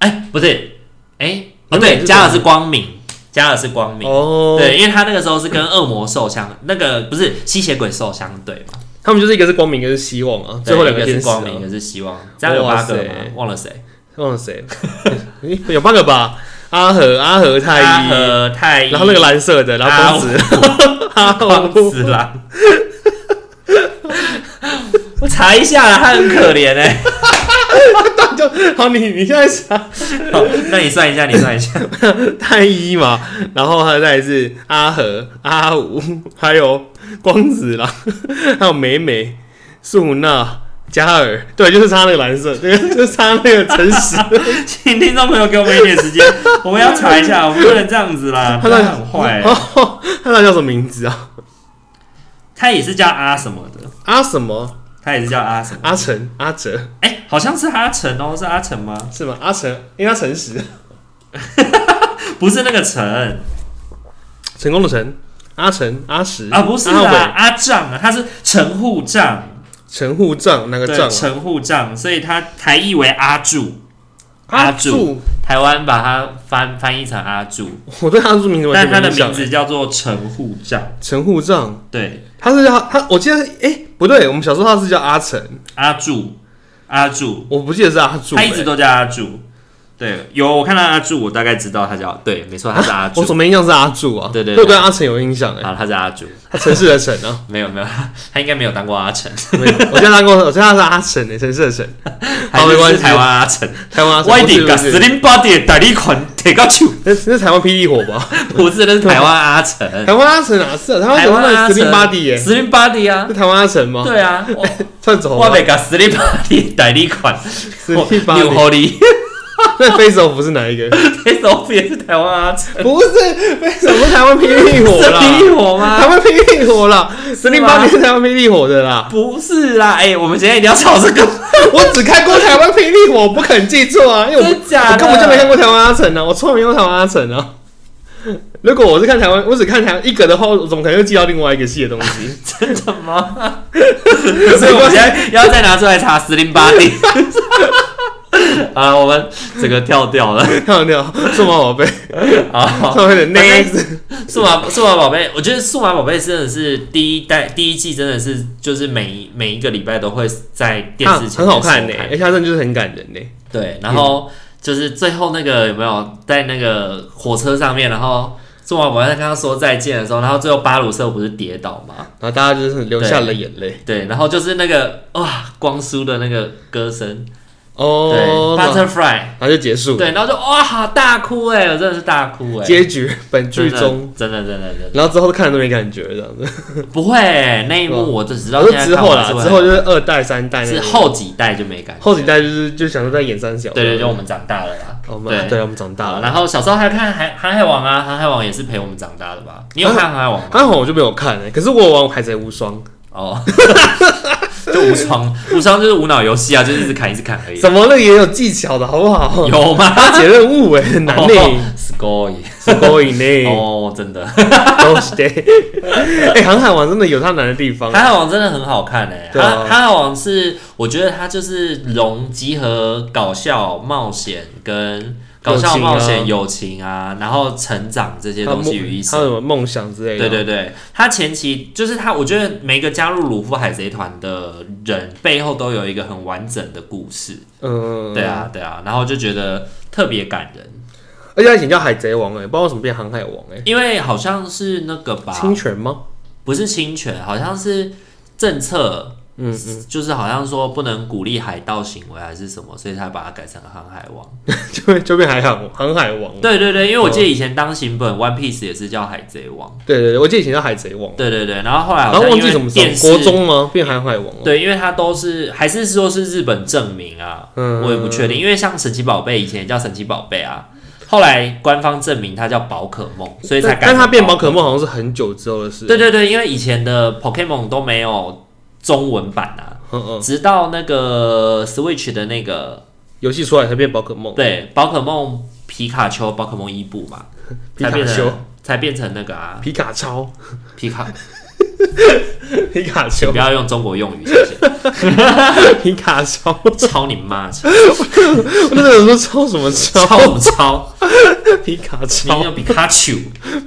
A: 哎，不对，哎，
B: 美
A: 哦
B: 美
A: 对，
B: 是
A: 嘉儿是光明，嘉儿是光明。
B: 哦。，
A: 对，因为他那个时候是跟恶魔兽相，那个不是吸血鬼兽相对嘛？
B: 他们就是一个是光明，一个是希望啊，最后
A: 对
B: 两
A: 一个
B: 天
A: 是
B: 使
A: 光明，一
B: 啊，
A: 个是希望，这样有
B: 哇
A: 八个
B: 塞
A: 吗？忘了谁？
B: 忘了 谁？诶有八个吧？阿和、阿和太
A: 阿
B: 一，
A: 和太一，
B: 然后那个蓝色的，然后公子，阿
A: 胖
B: 虎
A: 死了。 我查一下啦，他很可怜哎、
B: 就 好，你你现在是
A: 好 那你算一下，你算一下，
B: 太一嘛，然后还有再来是阿和、阿武，还有光子啦，还有美美、素娜、嘉尔，对，就是差那个蓝色， 对，就是差那个诚实。
A: 请听众朋友给我们一点 时间，我们要查一下，我们不能这样子啦，
B: 他
A: 他
B: 那
A: 很 坏欸、
B: 哦，他那叫什么名字啊？
A: 他也是叫阿什么的，
B: 阿什么？
A: 他也是叫阿什么？
B: 阿成、阿哲
A: 哎、好像是阿成哦，是阿成吗？
B: 是吗？阿成，因为他诚实，
A: 不是那个成
B: 成功的成，阿成、阿石
A: 啊，不是
B: 阿
A: 啦
B: 伟、，
A: 阿丈啊，他是陈护丈，
B: 陈护丈啊那个
A: 对，
B: 丈
A: 陈护丈，所以他台译为阿柱，
B: 啊，
A: 阿柱，台湾把它翻翻译成阿柱。
B: 我对阿柱名字完
A: 但
B: 全
A: 他
B: 没
A: 的
B: 印象欸
A: 名。字叫做陈护丈，
B: 陈护丈，
A: 对，
B: 他是叫他，我记得哎、不对，我们小时候他是叫阿成。
A: 阿柱，阿柱，
B: 我不记得是阿柱、
A: 他一直
B: 欸
A: 都叫阿柱，对，有我看到阿柱，我大概知道他叫对，没错，他是阿柱。
B: 啊我怎么印象是阿柱啊？
A: 对对对
B: 我对阿成有印象哎，
A: 啊，他是阿柱，
B: 他城市的城 啊，
A: 没有没有，他应该没有当过阿成，
B: 没有，我现在当过，我现在是阿成哎，城市的城，
A: 还
B: 好没关
A: 是
B: 系
A: 台湾阿成。
B: 台湾阿成，
A: 我一
B: 不是
A: 定把
B: 不是
A: 死灵八点代理款提到手，
B: 那那是台湾霹雳火吧？
A: 不是，那是台湾阿成，
B: 台湾阿成哪是啊？台湾
A: 台
B: 台
A: 湾阿
B: 湾
A: 成
B: 斯宾巴迪耶，哦
A: 死灵八点啊
B: 是，台湾阿成吗？
A: 对啊，我
B: 算走
A: 我
B: 了，
A: 没把死灵八点代理 款，
B: 斯宾巴迪
A: 纽。侯里，
B: 那 Face Off 是哪一 个？
A: 那首也是台湾阿成，
B: 不是 Face Off 是台湾霹雳 火
A: 是霹雳
B: 啦，
A: 火啊吗
B: 台？湾霹雳火啦，斯宾巴迪是台湾霹雳火的啦。
A: 不是啦，哎、我们今天一定要吵这个，
B: 我只看过台湾霹雳火，我不肯记错啊，因为我
A: 真假的
B: 我根本就没看过台湾阿成啊，我从来没有台湾阿成啊。如果我是看台湾，我只看台湾一个的话，我怎么可能又记到另外一个系的东西？
A: 真的吗？所以我们现在要再拿出来查斯林巴蒂。啊，我们整个跳掉 了。
B: 跳跳数码宝贝，
A: 好，
B: 上面的 next
A: 数码数码宝贝，我觉得数码宝贝真的是第一代第一季，真的是就是每一每一个礼拜都会在电视
B: 啊
A: 前面
B: 很好看呢、嗯
A: 收
B: 而且它真的就是很感人呢、
A: 对，然后就是最后那个有没有在那个火车上面，然后数码宝贝在跟他说再见的时候，然后最后巴鲁瑟不是跌倒吗？
B: 然后大家就是流下了眼泪。
A: 对，然后就是那个哇，光叔的那个歌声，对、
B: 哦，
A: b u t t e r f l y
B: 然后就结束了。
A: 对，然后就哇大哭哎、我真的是大哭哎、
B: 结局本剧中，
A: 真的真的真的
B: 然后之后看了都没感觉这样子。
A: 真的不会、欸、那一幕，我就直到
B: 然后
A: 现在
B: 啊 之
A: 看
B: 后
A: 我
B: 啦
A: 还是，会
B: 之后就是二代、三代那
A: 是
B: 个，
A: 后几代就没感觉，
B: 后几代就是就想说在演三小。
A: 对对，就我们长大了啦。
B: 我
A: 对
B: 哦们对我们长大
A: 好
B: 了。
A: 然后小时候还看《航航海王》啊，《航海王》也是陪我们长大的吧？你有看《航海王》吗？
B: 刚好我就没有看、欸，可是我有玩《海贼无双
A: 哦， 就无双，无双就是无脑游戏啊，就是一直砍一直砍而》，已。
B: 怎么了也有技巧的好不好？
A: 有吗？
B: 解任务哎、很难呢、
A: s c o r e
B: 是勾引呢，
A: 哦，真的。
B: 都是的。 哎，航海王真的有它难的地方，
A: 航海王真的很好看哎、欸，
B: 对啊
A: 航航海王是我觉得它就是融集合搞笑冒险跟搞笑冒险、友情啊，然后成长这些
B: 它
A: 东
B: 梦
A: 西于一
B: 它
A: 身。
B: 有什么梦想之类的？啊
A: 对对对，他前期就是他，我觉得每个加入鲁夫海贼团的人背后都有一个很完整的故事。
B: 嗯，
A: 对。啊，对啊，然后就觉得特别感人，
B: 而且他以前叫海贼王哎、不知道为什么变航海王哎、
A: 因为好像是那个吧，
B: 侵权吗？
A: 不是侵权，好像是政策，嗯嗯，就是好像说不能鼓励海盗行为还是什么，所以才把它改成航海王。
B: 就会就变海海王航海王。
A: 对对对，因为我记得以前当行本《One Piece》也是叫海贼王。
B: 对对对，我记得以前叫海贼王，
A: 对对对，然后后来
B: 然
A: 好
B: 后
A: 像
B: 忘
A: 因
B: 记
A: 为
B: 什么时
A: 电视
B: 候，国中吗？变航海王了。
A: 对，因为它都是还是说是日本证明啊，
B: 嗯
A: 我也不确定，因为像神奇宝贝以前也叫神奇宝贝啊，后来官方证明它叫宝可梦，所以才
B: 但
A: 改。哦
B: 但他变宝可。梦好像是很久之后的事。
A: 对对对，因为以前的 Pokemon 都没有中文版啊，
B: 嗯嗯，
A: 直到那个 Switch 的那个
B: 游戏出来才变宝可梦。
A: 对宝可梦皮卡丘、宝可梦伊布嘛，
B: 皮
A: 才
B: 卡
A: 变
B: 丘、
A: 成才变成那个啊
B: 皮卡超、
A: 皮卡，
B: 皮卡
A: 请
B: 丘
A: 不、要用中国用语，谢谢，
B: 皮卡超，
A: 抄你妈，
B: 我那个人说超什么超？
A: 抄不抄？
B: 皮卡
A: 明明
B: 超、
A: 就皮卡丘。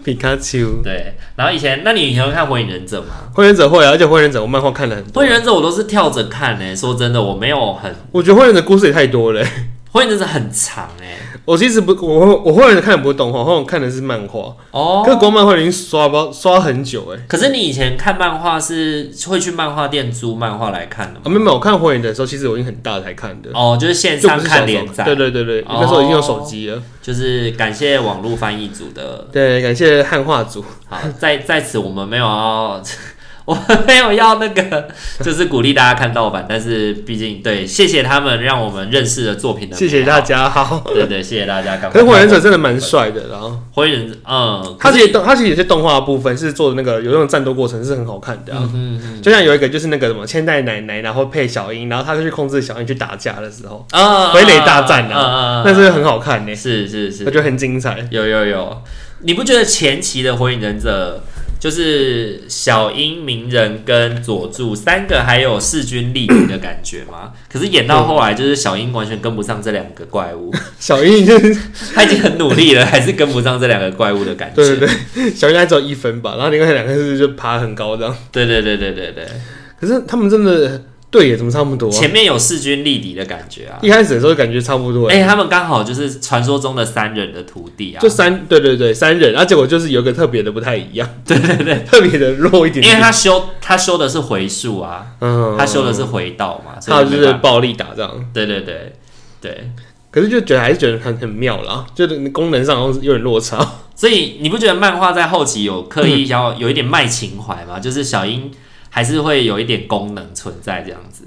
B: 皮卡丘。
A: 对，然后以前，那你以前有看《火影忍者》吗？
B: 火影忍者会啊，而且火影忍者我漫画看了很
A: 《火
B: 多
A: 影，忍者》我都是跳着看诶、说真的，我没有很，《
B: 我觉得火影忍者故事也太多了欸。
A: 火影忍者》很长欸诶、
B: 我其实不，我我我火影忍者看的不是动画，我看的是漫画。
A: 哦
B: 可是光漫画已经刷包刷很久哎。
A: 可是你以前看漫画是会去漫画店租漫画来看的
B: 啊，
A: 吗？
B: 没有没有，我看火影的时候，其实我已经很大才看的，
A: 哦，就是线
B: 就不
A: 上
B: 是小时候
A: 看连载，
B: 对对对对，
A: 哦
B: 那时候已经有手机了。
A: 就是感谢网络翻译组的。
B: 对，感谢汉化组。
A: 好，在在此我们没有要， 我们没有要那个，就是鼓励大家看盗版，但是毕竟对，谢谢他们让我们认识了作品的，啊
B: 谢谢大。家，好。
A: 对对，谢谢大家。赶
B: 可
A: 快
B: 是火影忍者真的蛮帅的，然后
A: 火影忍者，嗯，
B: 他
A: 可
B: 其
A: 是
B: 实动，他其实有些动画的部分是做的那个有那种战斗过程是很好看的啊。
A: 嗯
B: 就像有一个就是那个什么千代奶奶，然后配小樱，然后他就去控制小樱去打架的时候，
A: 啊
B: 傀儡大战
A: 啊
B: 那是很好看呢，
A: 是是
B: 我
A: 是，
B: 觉得很精彩。
A: 有有有，你不觉得前期的火影忍者？就是小樱、鸣人跟佐助三个，还有势均力敌的感觉 吗？可是演到后来，就是小樱完全跟不上这两个怪物，
B: 小樱就是
A: 他已经很努力了，还是跟不上这两个怪物的感觉。
B: 对对对，小樱还只有一分吧，然后另外两个是就爬很高这样。
A: 对对对对对对
B: 可是他们真的对耶，怎么差那么多啊、
A: 前面有势均力敌的感觉啊。
B: 一开始的时候感觉差不多耶，
A: 哎、他们刚好就是传说中的三人的徒弟啊
B: 就，三对对对三人，然后啊结果就是有一个特别的不太一样，
A: 对对对，
B: 特别的弱一点
A: 因为
B: 点。
A: 他修他修的是回数啊，
B: 嗯，
A: 他修的是回道嘛，所以
B: 还有就
A: 没
B: 是
A: 办法
B: 暴力打仗，
A: 对对对对，
B: 可是就觉得还是觉得很很妙啦，就是功能上好像是有点落差。
A: 所以你不觉得漫画在后期有刻
B: 嗯
A: 意想要有一点卖情怀吗？就是小樱还是会有一点功能存在这样 子，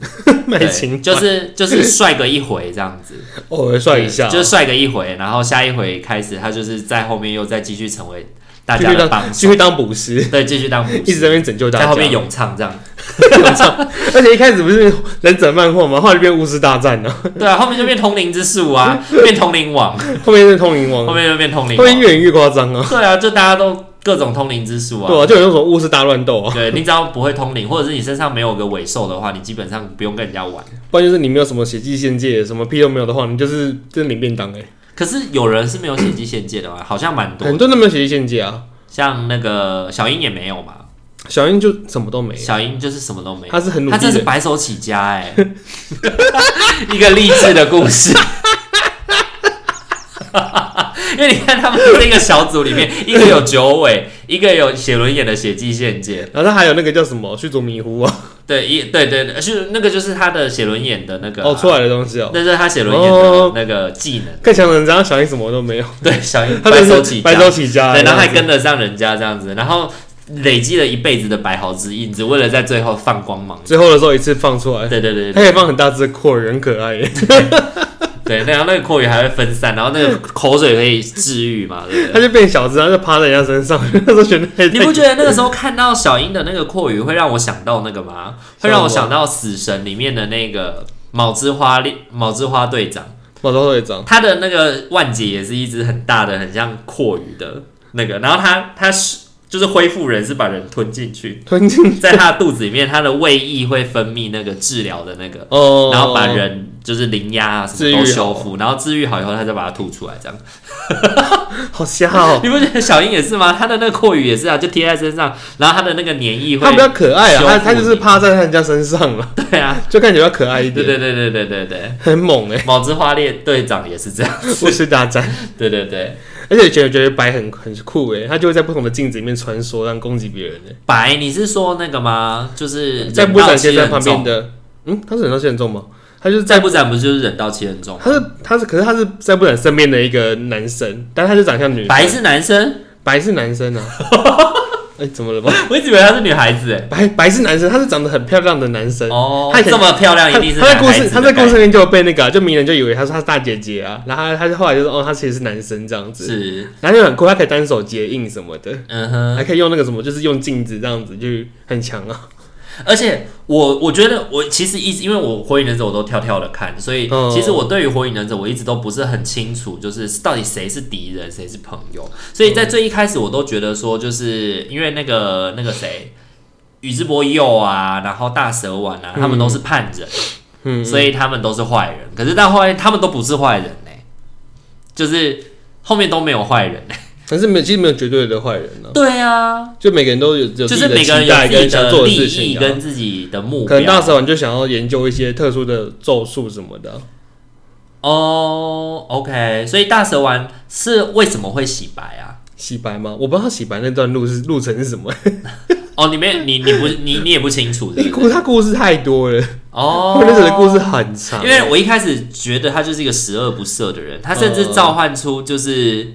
B: 卖
A: 对
B: 情
A: 就是就是帅个一回这样 子，
B: 偶尔帅一下，
A: 就是帅个一回，然后下一回开始他就是在后面又再继续成为大
B: 继
A: 家
B: 续
A: 的
B: 当
A: 帮
B: 继
A: 手，
B: 续当捕食，
A: 对，继续当
B: 一直在那边拯救大家。
A: 在后面咏唱这样，
B: 而且一开始不是忍者漫画嘛，后来就变巫师大战了、
A: 对啊，后面就变通灵之术啊，变通灵 网，
B: 后面是通灵王，啊
A: 后
B: 后
A: 面就变通灵
B: 面
A: 网，
B: 越演越夸张啊，
A: 对啊，就大家都各种通灵之术
B: 对啊，就有那种巫师大乱斗 啊，
A: 对你只要不会通灵，或者是你身上没有个尾兽的话，你基本上不用跟人家玩。
B: 不然就是你没有什么血迹限界，什么屁都没有的话，你就是真的领便当哎、
A: 可是有人是没有血迹限界的嘛，好像蛮多
B: 很
A: 的，
B: 多人都没有血迹限界啊，
A: 像那个小樱也没有嘛，
B: 小樱就什么都没有，
A: 小樱就是什么都没有，
B: 他是很努
A: 她
B: 力
A: 真是
B: 的，
A: 白手起家哎、 一个励志的故事。 因为你看他们那个小组里面，一个有九尾，一个有写轮眼的血迹限界，
B: 然后他还有那个叫什么虚竹迷糊啊，
A: 对，一对对对，是那个就是他的写轮眼的那个、啊
B: 哦出来的哦东西哦、
A: 那是他写轮眼的那个技能。
B: 更强的人，然后小樱什么都没有，
A: 对， 小樱
B: 他
A: 白
B: 真
A: 手
B: 的
A: 起
B: 是
A: 家，
B: 白手起家欸，
A: 对，然后还
B: 这
A: 跟
B: 样
A: 得上人家这样子，然后累积了一辈子的白毫之印，只为了在最后放光芒
B: 子。最后的时候一次放出来，
A: 对对对
B: 他
A: 对
B: 可以放很大只的扩人，很可爱耶，
A: 对，然后那个阔鱼还会分散，啊然后那
B: 哎
A: 个口水可以治愈嘛，对不
B: 他
A: 对？
B: 就变小只，然后就趴在人家身上， 那时候觉得太
A: 你不觉得那个时候看到小樱的那个阔鱼会让我想到那个吗？会让我想到《死神》里面的那个卯之花猎卯之花队长，
B: 我都会长。
A: 他的那个万劫也是一只很大的，很像阔鱼的那个，然后他他是就是恢复人是把人吞进去，
B: 吞进
A: 在他的肚子里面，他的胃液会分泌那个治疗的那个，
B: 哦，
A: 然后把人就是灵压啊什
B: 治愈
A: 么
B: 好
A: 都修复，然后治愈好以后，他再把它吐出来，这样。
B: 好瞎哦，
A: 你不觉得小樱也是吗？他的那个阔鱼也是啊，就贴在身上，然后他的那个黏液会
B: 他比较可爱啊，
A: 修复
B: 他他就是趴在人家身上了，
A: 对啊，
B: 就看起来比较可爱一
A: 对
B: 点，
A: 对对对对对对，
B: 很猛哎，
A: 卯之花猎队长也是这样，
B: 巫师大战，
A: 对对对，
B: 而且觉得觉得白很很酷哎，他就会在不同的镜子里面穿梭，让攻击别人哎，
A: 白，你是说那个吗？就是
B: 在
A: 忍
B: 布
A: 到
B: 展
A: 七
B: 先生
A: 人
B: 旁边
A: 众，
B: 的，嗯，他是忍到现重吗？他就是
A: 在
B: 在
A: 不展不就是忍到七人众吗？
B: 他是他是可是他是在布展身边的一个男生，但他就长相女，
A: 白是男 生，
B: 白是男 生啊，哎怎么了吧？
A: 我一直以为他是女孩子哎。
B: 白白是男生，他是长得很漂亮的男生。
A: 哦，
B: 欸他以前
A: 这么漂亮，
B: 他
A: 一定是
B: 他在
A: 男
B: 故
A: 孩
B: 事
A: 子
B: 他
A: 的
B: 在
A: 概
B: 故事里面就有被那个啊、就名人就以为他是他大姐姐啊，然后他他就后来就说哦，他其实是男生这样
A: 念
B: 子，
A: 是
B: 然后就很酷，他可以单手结印什么的，
A: 嗯哼，
B: 还可以用那个什么，就是用镜子这样子，就很强啊。
A: 而且我我觉得我其实一直因为我火影忍者我都跳跳的看，所以
B: 嗯
A: 其实我对于火影忍者我一直都不是很清楚，就是到底谁是敌人，谁是朋友。所以在最一开始我都觉得说，就是因为那个那个谁。宇智波鼬啊，然后大蛇丸啊，他们都是叛人，
B: 嗯，
A: 所以他们都是坏人。可是到后来，他们都不是坏人呢、就是后面都没有坏人、欸。
B: 但是没有其实没有绝对的坏人啊，
A: 对啊，
B: 就每个人都有有
A: 就
B: 自己
A: 是
B: 的
A: 每个人
B: 期
A: 有
B: 待
A: 自己
B: 跟想
A: 的
B: 做的
A: 利
B: 事
A: 益
B: 情、
A: 跟
B: 啊。
A: 自己的目标。
B: 可能大蛇丸就想要研究一些特殊的咒术什么的啊，
A: 哦、o k 所以大蛇丸是为什么会洗白啊？
B: 洗白吗？我不知道他洗白那段路是路程是什么，
A: 哦，你
B: 嗯
A: 没你你不你你也不清楚
B: 因为
A: 的
B: 故他故事太多了，
A: 哦。
B: 或者 的故事很长，
A: 因为我一开始觉得他就是一个十恶不赦的人，他甚至召唤出就是、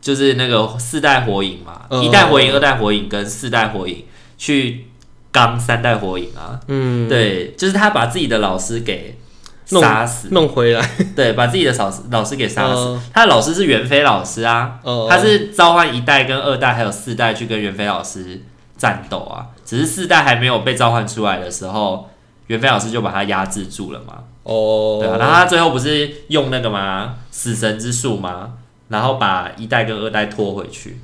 A: 就是那个四代火影嘛，
B: 嗯
A: 一代火影、二代火影跟四代火影去刚三代火影啊，
B: 嗯，
A: 对，就是他把自己的老师给
B: 弄
A: 杀死，
B: 弄回来，
A: 对，把自己的老师老师给杀死。
B: 嗯
A: 他的老师是袁飞老师啊，
B: 哦
A: 他是召唤一代、跟二代还有四代去跟袁飞老师战斗啊，只是四代还没有被召唤出来的时候，袁飞老师就把他压制住了嘛。
B: 哦，
A: 对啊，然后他最后不是用那个嘛死神之术嘛，然后把一代跟二代拖回 去。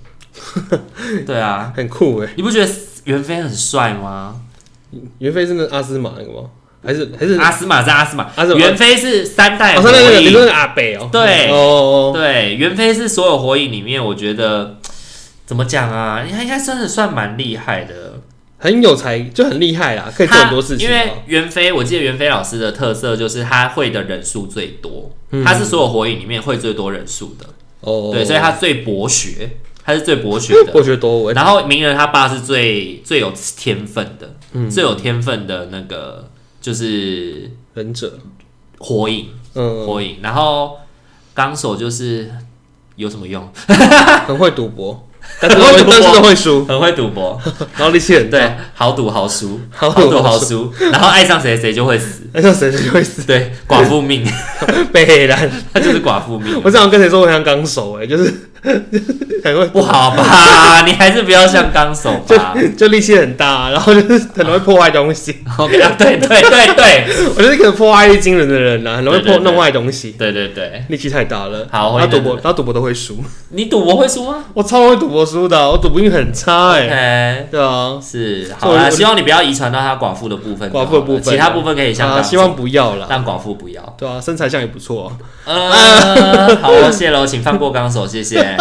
A: 对啊，
B: 很酷哎。
A: 你不觉得袁飞很帅吗？
B: 袁飞是那个阿斯玛那个吗？还是还是
A: 阿斯玛是阿斯玛，
B: 阿斯玛
A: 袁飞是三代
B: 哦，
A: 火
B: 是那个你
A: 影
B: 说那个阿北哦？
A: 对
B: 哦哦，哦
A: 对，袁飞是所有火影里面，我觉得怎么讲啊？他应该算是算蛮厉害的。
B: 很有才，就很厉害啦，可以做
A: 他
B: 很多事情
A: 因
B: 啊。
A: 为袁飞，我记得袁飞老师的特色就是他会的人数最多，他是所有火影里面会最多人数的，
B: 嗯哦，
A: 对，所以他最博学，他是最博学的。
B: 我觉得多我
A: 然后鸣人他爸是最最有天分的，
B: 嗯
A: 最有天分的那个就是
B: 忍者，
A: 火影，
B: 嗯，
A: 火影。然后纲手就是有什么 用？
B: 很会 赌博，但是都会但是都会输，
A: 很会赌 博，
B: 然后力气很大，
A: 对，好赌好输，
B: 好赌
A: 赌
B: 好
A: 好输。然后爱上谁谁就会死，
B: 那像谁谁 会死
A: 对，寡妇命，
B: 北兰。
A: 他就是寡妇命。啊
B: 我之前跟谁说我像纲手哎，就是 就是 很会
A: 不好吧？你还是不要像纲手吧。
B: 就就力气很大，然后就是很容易破坏东 西。
A: OK，啊对对对对
B: 我就是一个破坏力惊人的人啊啦，很容易
A: 对
B: 破
A: 对对
B: 弄坏东西，
A: 对对对，
B: 力气太大了。
A: 好
B: 他
A: 回
B: 赌
A: 正
B: 博，他赌博都会输。
A: 你赌博会输吗
B: 我超会赌博输的，啊我赌博运很差哎。
A: ？OK，
B: 对啊，
A: 是
B: 所
A: 好
B: 以我
A: 啦，
B: 就
A: 希望你不要遗传到他寡妇的部分就好了，
B: 寡妇的部分
A: 其他部分可以像
B: 啊，
A: 纲手
B: 希望不要啦。
A: 但寡妇不要。
B: 对啊，身材像也不错 啊。
A: 呃，好哦，谢喽，请放过纲手，谢谢，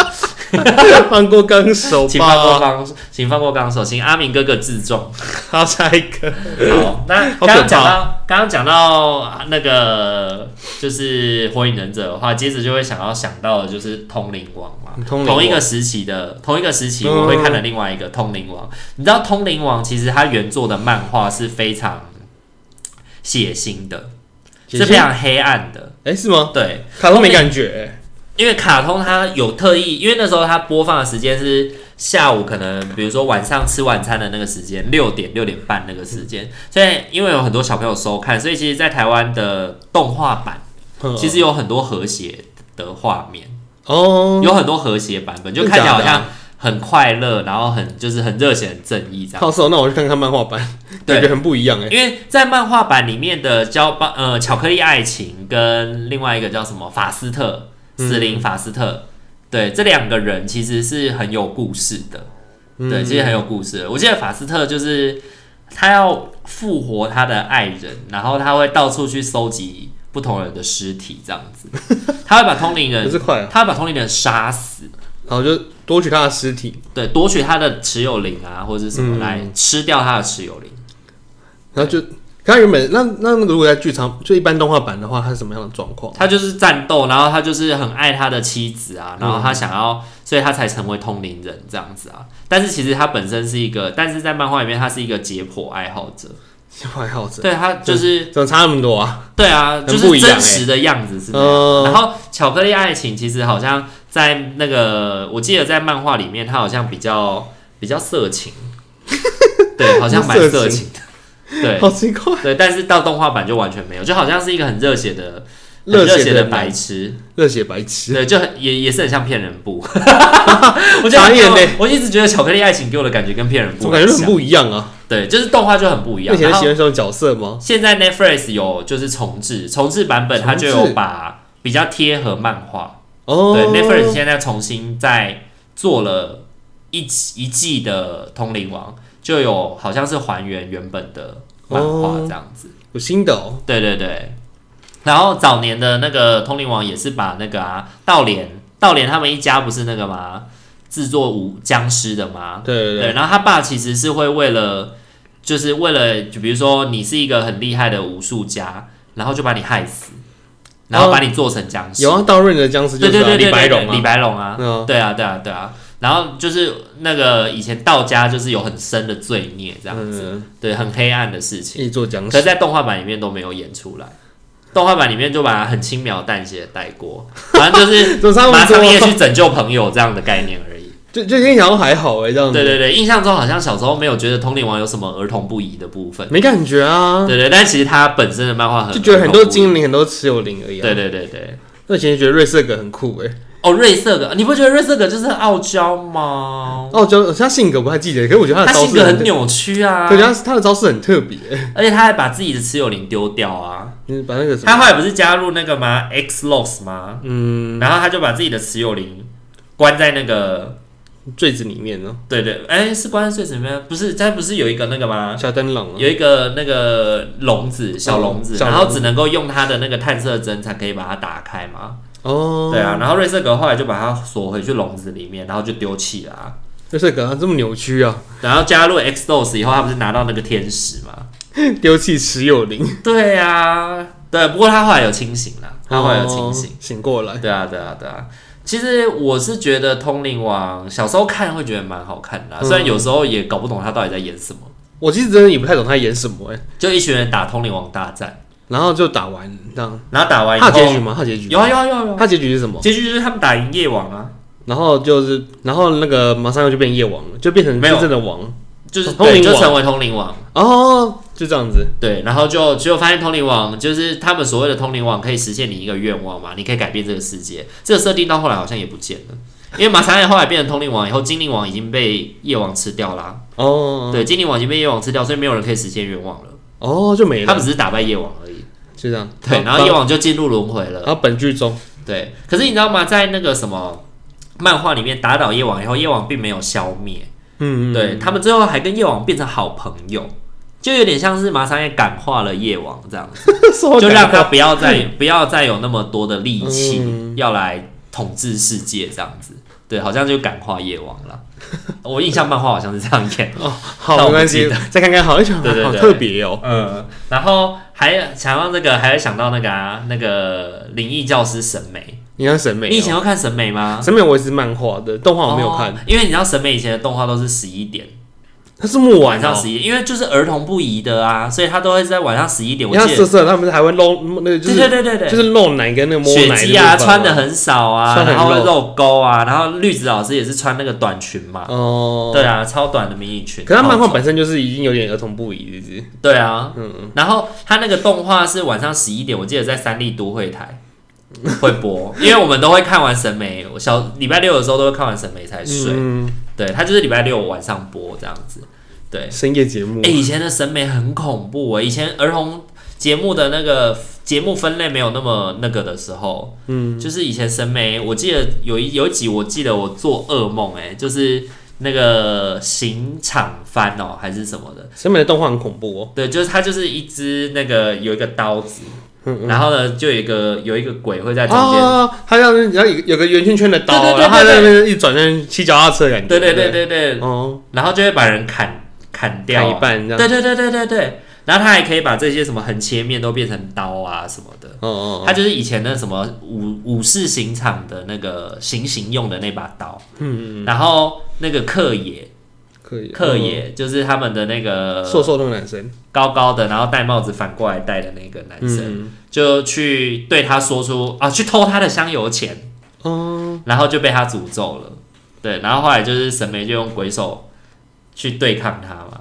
B: 放过纲手
A: 请放过
B: 吧。
A: 纲，请放过纲手，请阿明哥哥自重。
B: 好，下一个。
A: 好，那
B: 好可怕
A: 刚刚讲到，刚刚讲到那个就是火影忍者的话，接着就会想要想到的就是通灵王嘛。
B: 嗯通灵王
A: 同一个时期的同一个时期，我会看的另外一个《通灵王》你知道，《通灵王》其实它原作的漫画是非常血腥的，是非常黑暗的。
B: 哎，是吗？
A: 对，
B: 卡通没感觉
A: 因为卡通它有特意，因为那时候它播放的时间是下午，可能比如说晚上吃晚餐的那个时间，六点六点半那个时间，所以因为有很多小朋友收看，所以其实，在台湾的动画版
B: 欸。
A: 其实有很多和谐的画面，
B: 哦，
A: 有很多和谐版本，就看起来好像很快乐，然后很就是很热血、很正义这样。
B: 好是哦，那我去看看漫画版，
A: 对
B: 感觉很不一样哎。
A: 因为在漫画版里面的交棒，呃，巧克力爱情跟另外一个叫什么法斯特，
B: 嗯
A: 死灵法斯特，对，这两个人其实是很有故事的，对，其实
B: 嗯
A: 很有故事的。我记得法斯特就是他要复活他的爱人，然后他会到处去搜集不同人的尸体，这样子，他会把通灵
B: 不
A: 人，
B: 是快啊，
A: 他会把通灵人杀死，
B: 然后就夺取他的尸体，
A: 对，夺取他的持有灵啊，或者是什么
B: 嗯
A: 来吃掉他的持有灵。
B: 然后就。可他原本那那如果在剧场就一般动画版的话，它是什么样的状况？
A: 他就是战斗，然后他就是很爱他的妻子啊，然
B: 嗯
A: 后他想要，所以他才成为通灵人这样子啊。但是其实他本身是一个，但是在漫画里面他是一个解剖爱好者，
B: 外号者
A: 对他就是
B: 怎么差那么多啊？
A: 对啊，就
B: 很不
A: 是
B: 一样欸
A: 真实的样子是那样。
B: 嗯
A: 然后巧克力爱情其实好像在那个，我记得在漫画里面，他好像比较比较色 情，对，好像蛮色情的，对。
B: 好奇怪，
A: 对，但是到动画版就完全没有，就好像是一个很热血的、很
B: 热血的
A: 热血的
B: 男
A: 白痴，
B: 热血白痴，
A: 对，就很也也是很像骗人 部。 我
B: 傻
A: 觉
B: 眼
A: 得
B: 嘞
A: 我一直觉得《巧克力爱情》给我的感觉跟骗人部
B: 我感觉很
A: 像，
B: 不一样啊。
A: 对，就是动画就很不一
B: 以
A: 样。
B: 前
A: 然
B: 喜欢
A: 后
B: 这种角色吗？
A: 现在 Netflix 有就是重置，重置版本它就
B: 重
A: 有
B: 置
A: 把比较贴合漫画。
B: 哦，
A: 对，Netflix 现在重新再做了一集一季的《通灵王》，就有好像是还原原本的漫画
B: 哦
A: 这样子。
B: 有新的哦，
A: 对对对。然后早年的那个通灵王也是把那个啊道联道联他们一家不是那个吗？制作武僵尸的吗？
B: 对对对，
A: 然后他爸其实是会为了，就是为了，就比如说你是一个很厉害的武术家，然后就把你害死，然后把你做成僵尸。
B: 有啊，道润的僵尸就
A: 对对
B: 是啊
A: 对对，
B: 李白
A: 对
B: 龙
A: 对李
B: 啊，
A: 白龙啊，
B: 嗯
A: 对啊对啊对啊。然后就是那个以前道家就是有很深的罪孽这样子，
B: 嗯，
A: 对，很黑暗的事情。
B: 一做僵
A: 可是
B: 尸，
A: 在动画版里面都没有演出来，动画版里面就把它很轻描淡写的带过，反正就 是
B: 总差
A: 马
B: 不
A: 上夜
B: 多，
A: 去拯救朋友这样的概念而已。
B: 就就印象还好哎，这样
A: 对
B: 子
A: 对对，印象中好像小时候没有觉得《通灵王》有什么儿童不宜的部分，
B: 没感觉啊，
A: 对对，但其实它本身的漫画很
B: 就觉得很多精
A: 灵，
B: 灵很多持有灵而已啊。
A: 对对对对。
B: 那以前觉得瑞瑟格很酷哎，
A: 哦，瑞瑟格，你不觉得瑞瑟格就是很傲娇吗？
B: 哦，就他性格不太记得，可是我觉得
A: 他
B: 他的招
A: 性
B: 式
A: 格很，扭曲啊，
B: 对，他他的招式很特别欸，
A: 而且他还把自己的持有灵丢掉啊。
B: 你把那个什
A: 他
B: 么，
A: 后来不是加入那个吗？X Loss 吗？
B: 嗯，
A: 然后他就把自己的持有灵关在那个，
B: 坠子里面呢，
A: 对对，哎，是关在碎纸里面，不是，他不是有一个那个吗？
B: 小灯笼啊，
A: 有一个那个笼子，小笼子，
B: 小笼
A: 然
B: 子
A: 后只能够用他的那个探测针才可以把它打开嘛。
B: 哦，
A: 对啊，然后瑞瑟格后来就把它锁回去笼子里面，然后就丢弃了、啊。
B: 就是给他这么扭曲啊，
A: 然后加入 Xdos 以后，他不是拿到那个天使吗？
B: 丢弃持有灵，
A: 对啊，对，不过他后来有清醒啦，他后来有清醒。
B: 哦醒过 来。
A: 对啊，对啊，对啊。其实我是觉得《通灵王》小时候看会觉得蛮好看的啊
B: 嗯
A: 啦、虽然有时候也搞不懂他到底在演什么。
B: 我其实真的也不太懂他演什么哎、
A: 就一群人打通灵王大战，
B: 然后就打完这样。
A: 然后打完以
B: 他
A: 后，
B: 有结局吗？他有结局
A: 有啊有啊有啊有啊，
B: 他结局是什么？
A: 结局就是他们打赢夜王啊，
B: 然后就是，然后那个马上又就变夜王了，就变成
A: 没有
B: 真正的王
A: 就是
B: 通灵
A: 对，就
B: 王
A: 成为通灵王。
B: 哦，就这样子。
A: 对，然后就只有发现通灵王，就是他们所谓的通灵王可以实现你一个愿望嘛，你可以改变这个世界。这个设定到后来好像也不见了，因为马三燕后来变成通灵王以后，精灵王已经被夜王吃掉啦。
B: 哦
A: 对，精灵王已经被夜王吃掉，所以没有人可以实现愿望了。
B: 哦，就没
A: 他
B: 了
A: 们，只是打败夜王而 已。
B: 就这样。
A: 对，然后夜王就进入轮回了。
B: 然后本剧中，
A: 对，可是你知道吗？在那个什么漫画里面打倒夜王以后，夜王并没有消灭，
B: 嗯，嗯
A: 对他们最后还跟夜王变成好朋友，就有点像是马三燕感化了夜王这样子。
B: 说
A: 就
B: 感
A: 让他不要 再不要再有那么多的力气、
B: 嗯
A: 要来统治世界这样子。对，好像就感化夜王了。 我印象漫画好像是这样 演。
B: 哦，
A: 但
B: 好，没
A: 我
B: 关
A: 不
B: 系
A: 记得，
B: 再看看好，哎想
A: 对对
B: 好
A: 对
B: 特别哦。
A: 嗯，然后还想到那个，还想到那个啊，那个灵异教师神美。
B: 你看审美哦，
A: 你以前有看神美吗？
B: 审美我也是漫画的，动画我没有看
A: 哦，因为你知道神美以前的动画都是十一点，
B: 它这么
A: 晚
B: 晚
A: 上
B: 哦，
A: 十一，因为就是儿童不宜的啊，所以他都会在晚上十一点。
B: 你
A: 我
B: 看
A: 记得
B: 色，色，他们还会露那个就
A: 对对
B: 是
A: 对对对，
B: 就是露奶跟那个摸
A: 雪
B: 奶的
A: 姬
B: 地方
A: 啊，
B: 嘛
A: 穿的很少啊，
B: 穿得
A: 然
B: 很
A: 后
B: 露
A: 露沟啊，然后绿子老师也是穿那个短裙嘛，
B: 哦，
A: 对啊，超短的迷你裙。
B: 可他漫
A: 然
B: 画
A: 后
B: 本身就是已经有点儿童不宜，是不
A: 对啊，
B: 嗯
A: 然后他那个动画是晚上十一点，我记得在三立都会 台会播，因为我们都会看完审美，我小礼拜六的时候都会看完审美才
B: 是
A: 睡。
B: 嗯，
A: 对，他就是礼拜六晚上播这样子。对，
B: 深夜节目
A: 哎、，以前的审美很恐怖哎、以前儿童节目的那个节目分类没有那么那个的时候，嗯，就是以前审美，我记得有一有一集，我记得我做噩梦哎、就是那个刑场番哦、还是什么的，
B: 审美的动画很恐怖哦，
A: 对，就是它就是一只那个有一个刀子，然后呢就有一个有一个鬼会在中间。
B: 啊，他像然后有有个圆圈圈的刀，
A: 对对对
B: 然后他
A: 对
B: 在那
A: 对
B: 边一转身骑脚踏车的感觉，
A: 对对对
B: 不
A: 对对，
B: 哦，
A: 然后就会把人砍砍掉
B: 砍
A: 啊
B: 一半这样，
A: 对对对对对对，然后他还可以把这些什么横切面都变成刀啊什么的。
B: 哦哦，
A: 他就是以前那什么武武士刑场的那个行刑用的那把刀，嗯，然后那个克野
B: 可以，
A: 克野就是他们的那个
B: 嗯瘦瘦那个男生，
A: 高高的，然后戴帽子反过来戴的那个男生，
B: 嗯，
A: 就去对他说出啊，去偷他的香油钱，
B: 哦，
A: 然后就被他诅咒了，对，然后后来就是神眉就用鬼手去对抗他嘛，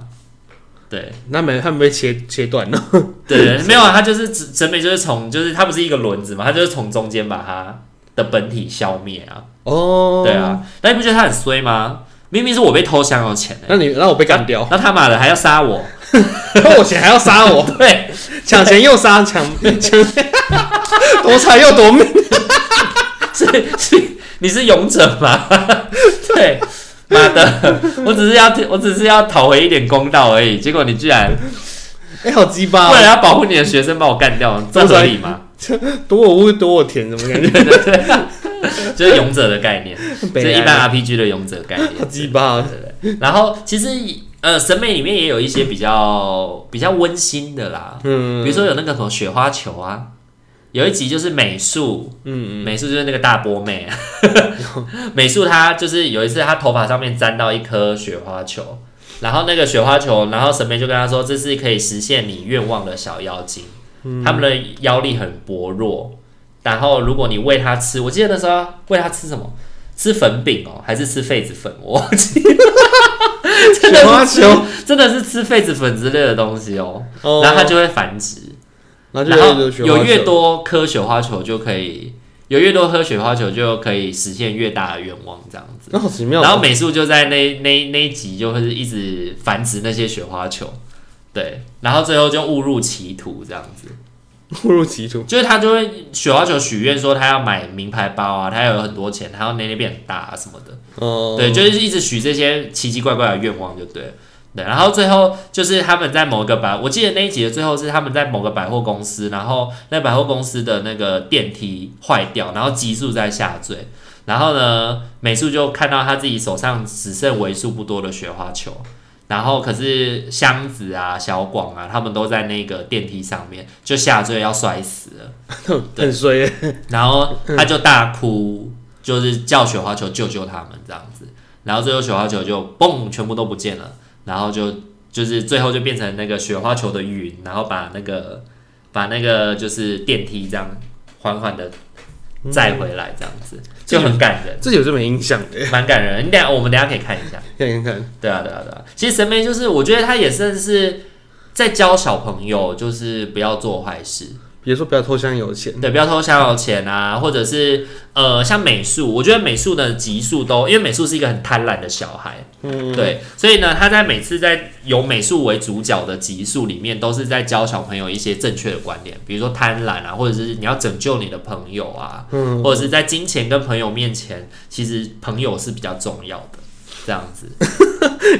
A: 对，
B: 那没他没被切切断了，
A: 对，没有啊，他就是只审美就是从就是它不是一个轮子嘛，它就是从中间把它的本体消灭啊。
B: 哦，
A: 对，啊，那你不觉得他很衰吗？明明是我被偷香油钱呢、
B: 那你让我被干掉，
A: 那他妈的还要杀我，
B: 偷 我钱还要杀我，
A: 对，
B: 抢钱又杀，抢抢 夺财又夺命，
A: 是是你是勇者吗？ 对，妈的，我只是要我只是要讨回一点公道而已，结果你居然
B: 哎，好鸡巴
A: 为了
B: 哦，
A: 要保护你的学生把我干掉，这合理 吗？
B: 夺我屋夺我田，怎么感 觉
A: 就是勇者的概念，就是
B: 北
A: 一
B: 兰
A: 般 RPG 的勇者概 念。
B: 好鸡巴哦，
A: 然后其实呃，审美里面也有一些比较比较温馨的啦，比
B: 嗯
A: 如说有那个什么雪花球啊，有一集就是美术，
B: 嗯，
A: 美术就是那个大波妹，啊 美术她就是有一次她头发上面沾到一颗雪花球。然后那个雪花球，然后神妹就跟她说，这是可以实现你愿望的小妖精，
B: 嗯
A: 他们的妖力很薄弱。然后如果你喂它吃，我记得那时候啊喂它吃什么？吃粉饼哦，还是吃痱子粉？我忘记了。 真
B: 雪
A: 的
B: 花
A: 是吃
B: 球，
A: 真的是吃痱子粉之类的东西哦，
B: 哦
A: 然后它就会繁殖。
B: 然后
A: 然后
B: 就
A: 有越
B: 多，
A: 多颗雪花球就可以，有越多颗雪花球就可以实现越大的愿望这样子。
B: 那好奇妙哦，
A: 然后美术就在那那那一集就会一直繁殖那些雪花球，对，然后最后就误入歧途这样子，
B: 误入歧途，
A: 就是他就会雪花球许愿说他要买名牌包啊，他有很多钱，他要那那变很大啊什么的，
B: 哦，
A: 对，就是一直许这些奇奇怪怪的愿望就对了。对，然后最后就是他们在某一个百，我记得那一集的最后是他们在某个百货公司，然后那百货公司的那个电梯坏掉，然后急速在下坠，然后呢，美术就看到他自己手上只剩为数不多的雪花球，然后可是箱子啊、小广啊，他们都在那个电梯上面，就下坠要摔死了。
B: 很衰耶、
A: 然后他就大哭，就是叫雪花球救救他们这样子。然后最后雪花球就嘣，全部都不见了。然后就就是最后就变成那个雪花球的云，然后把那个把那个就是电梯这样缓缓的载回来，这样子就很感人，
B: 这有这么影响的，
A: 蛮感人。你等一下我们等一下可以看一下。
B: 看看看，
A: 对啊，对啊，对啊。其实神妹就是，我觉得她也算是在教小朋友，就是不要做坏事。
B: 比如说不要偷香油钱，
A: 对，不要偷香油钱啊，或者是呃，像美术，我觉得美术的级数都，因为美术是一个很贪婪的小孩，
B: 嗯，
A: 对，所以呢，他在每次在有美术为主角的集数里面，都是在教小朋友一些正确的观念，比如说贪婪啊，或者是你要拯救你的朋友啊，
B: 嗯，
A: 或者是在金钱跟朋友面前，其实朋友是比较重要的，这样 子。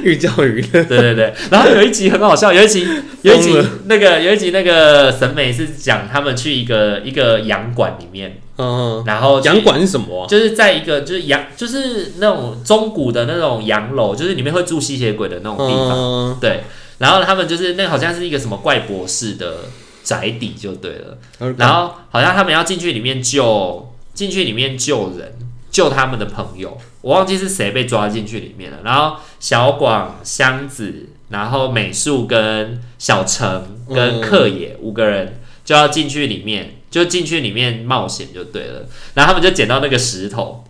B: 寓教于乐，
A: 对对对，然后有一集很好笑，有一集有一集
B: 疯了
A: 那个有一集那个审美是讲他们去一个一个洋馆里面，
B: 嗯，
A: 然后去
B: 洋馆是什么啊？
A: 就是在一个就是洋就是那种中古的那种洋楼，就是里面会住吸血鬼的那种地方，
B: 嗯，
A: 对。然后他们就是那好像是一个什么怪博士的宅邸就对了，然后好像他们要进去里面救进去里面救人，救他们的朋友，我忘记是谁被抓进去里面了。然后小广、箱子，然后美术跟小陈跟
B: 嗯
A: 克野、五个人就要进去里面，就进去里面冒险就对了。然后他们就捡到那个石头，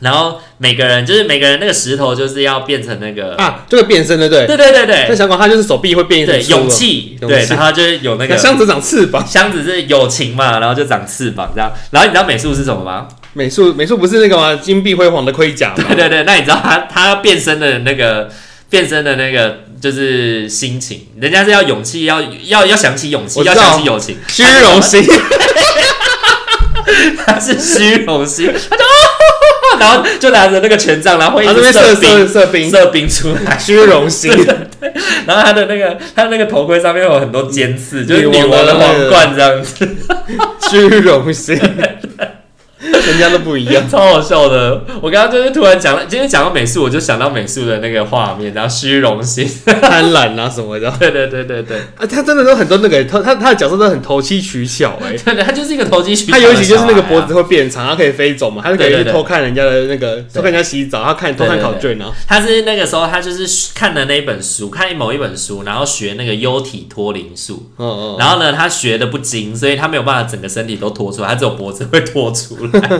A: 然后每个人就是每个人那个石头就是要变成那个，
B: 啊，这个变身的对，
A: 对对对对
B: 在小广他就是手臂会变成
A: 哎对，勇，气，
B: 勇
A: 对，
B: 气
A: 然后就是有那
B: 那
A: 个
B: 个箱子长翅膀。
A: 箱子是友情嘛，然后就长翅膀这样。然后你知道美术是什么 吗？
B: 美术美术不是那个吗？金碧辉煌的盔甲吗？
A: 对对对，那你知道他他变身的那个变身的那个就是心情，人家是要勇气，要要要想起勇气，
B: 我知
A: 要
B: 道
A: 想起友情，
B: 虚荣心，
A: 他是虚荣心，他就、 哦、然后就拿着那个权杖，然后会一
B: 他这
A: 直兵
B: 边射射射 兵，
A: 射兵出来，
B: 虚荣心，
A: 然后他的那个他的那个头盔上面有很多尖刺，就是女
B: 女
A: 王
B: 王
A: 的
B: 的
A: 皇冠这样子，
B: 虚荣心， 人家都不一样。
A: 超好笑的。我刚刚就是突然讲了，今天讲到美术，我就想到美术的那个画面，然后虚荣心，
B: 贪婪啊什么的。
A: 对对对对对，
B: 啊，他真的都很多那个，他他他的角色都很投机取巧哎、
A: 对的，他就是一个投机取巧
B: 他
A: 的
B: 尤其就是那
A: 小
B: 个
A: 孩啊
B: 脖子会变长，他可以飞走嘛，他就可
A: 对对
B: 以去
A: 对
B: 偷看人家的那个，偷看人家洗澡，他看偷看考卷啊，
A: 他是那个时候，他就是看的那一本书，看某一本书，然后学那个幽体脱离术。
B: 嗯嗯，
A: 然后呢，他学的不精，所以他没有办法整个身体都脱出来，他 只有脖子会脱出来。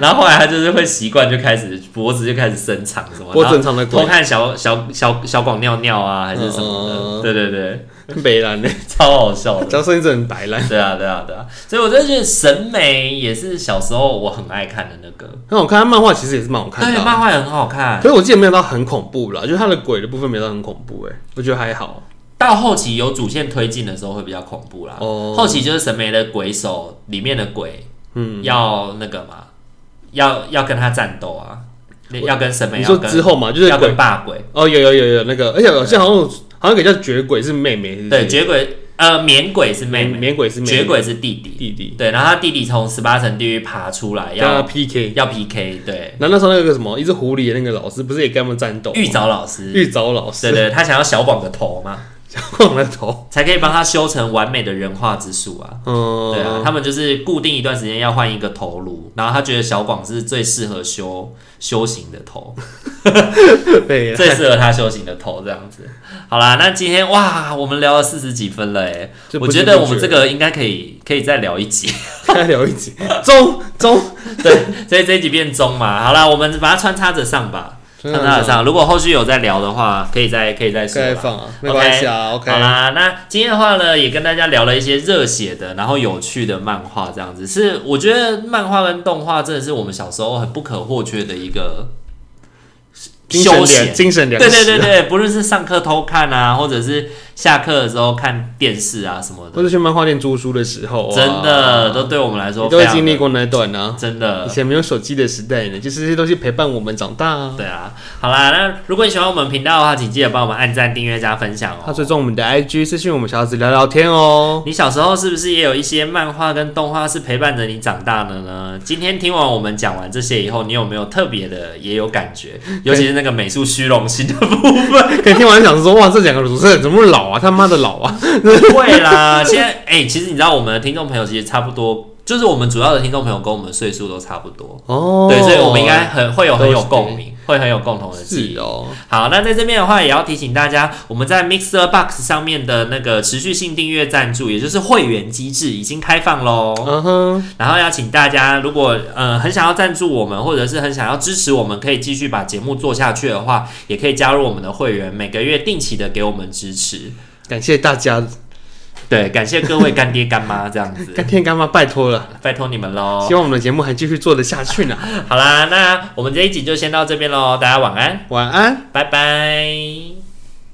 A: 然后后来他就是会习惯，就开始脖子就开始伸长什么，
B: 脖子很长的
A: 哦然后偷
B: 鬼，
A: 看小小小小广尿尿啊，还是什么的。
B: 嗯嗯嗯
A: 对对对，
B: 北蓝呢，
A: 超好笑的。
B: 角色一直很白烂，
A: 对啊对啊对啊，所以我就觉得审美也是小时候我很爱看的那个，
B: 很好看，他漫画其实也是蛮好看
A: 对，
B: 的啊、
A: 哎漫画也很好看。
B: 可是我记得没有到很恐怖啦，就是他的鬼的部分没有到很恐怖哎、我觉得还好，
A: 到后期有主线推进的时候会比较恐怖啦。
B: 哦
A: 后期就是神眉的鬼手里面的鬼，嗯，要那个嘛，要要跟他战斗啊，那要跟神眉
B: 你
A: 要
B: 说
A: 跟
B: 之后嘛，就是
A: 要
B: 鬼
A: 跟霸鬼，
B: 哦，有有有有那个，而且好像好像有好像有个叫绝鬼是妹妹，是不是
A: 对，绝鬼呃免鬼是妹妹，
B: 免鬼是妹妹，
A: 绝鬼是弟弟，
B: 弟弟，
A: 对，然后他弟弟从十八层地狱爬出来
B: 跟他
A: 要
B: PK。
A: 要 PK，对，
B: 然后那时候那个什么，一只狐狸的那个老师，不是也跟他们战斗吗？
A: 玉藻老师，
B: 玉藻老
A: 对
B: 师
A: 对，他想要小广的头嘛，
B: 晃了头，
A: 才可以帮他修成完美的人化之术啊。
B: 嗯，
A: 对啊，他们就是固定一段时间要换一个头颅，然后他觉得小广是最适合修修行的 头，
B: 对
A: 最适合他修行的头这样子。好啦，那今天哇，我们聊了四十几分了哎，
B: 就不
A: 我
B: 知
A: 觉
B: 不
A: 得我们
B: 觉
A: 这个应该可以可以再聊一 集，
B: 再聊一集，中中，
A: 对，所以这一集变中嘛。好啦，我们把它穿插着上吧，穿插着上。如果后续有再聊的话，可以再可以再说
B: 再
A: 啦。
B: 放啊，没关系啊，OK，
A: 好啦，那今天的话呢，也跟大家聊了一些热血的，然后有趣的漫画，这样子是我觉得漫画跟动画真的是我们小时候很不可或缺的一个
B: 精神
A: 休闲
B: 粮，精神粮
A: 对
B: 食，
A: 对对对，不论是上课偷看啊，或者是下课的时候看电视啊什么
B: 或
A: 的，
B: 者去漫画店租书的时候，哇
A: 真的都对我们来说
B: 你都
A: 非
B: 会
A: 常
B: 经历
A: 的
B: 过那段啊。
A: 真的
B: 以前没有手机的时代呢，就是这些东西陪伴我们长大啊。
A: 对啊，好啦，那如果你喜欢我们频道的话，请记得帮我们按赞、订阅、加分享
B: 他
A: 哦。
B: 追踪我们的 IG，私信我们小子聊聊天哦。
A: 你小时候是不是也有一些漫画跟动画是陪伴着你长大的呢？今天听完我们讲完这些以后，你有没有特别的也有感觉？尤其是那个美术虚荣心的部分。
B: 可以听完想说，哇，这两个主持人怎么老啊？他妈的老啊！
A: 会啦，现在哎、其实你知道我们的听众朋友其实差不多，就是我们主要的听众朋友跟我们岁数都差不多，
B: 哦，
A: 对，所以我们应该很会有很
B: 都
A: 有
B: 是
A: 共鸣，会很有共同的记忆
B: 是。哦，
A: 好，那在这边的话，也要提醒大家，我们在 Mixer Box 上面的那个持续性订阅赞助，也就是会员机制已经开放喽。
B: 嗯哼，
A: 然后要请大家，如果呃很想要赞助我们，或者是很想要支持我们，可以继续把节目做下去的话，也可以加入我们的会员，每个月定期的给我们支持。
B: 感谢大家，
A: 对，感谢各位干爹干妈这样子，
B: 干天干妈拜托了，
A: 拜托你们喽
B: 希。望我们的节目还继续做得下去呢。
A: 好啦，那我们这一集就先到这边喽，大家晚安，
B: 晚安。
A: 拜拜。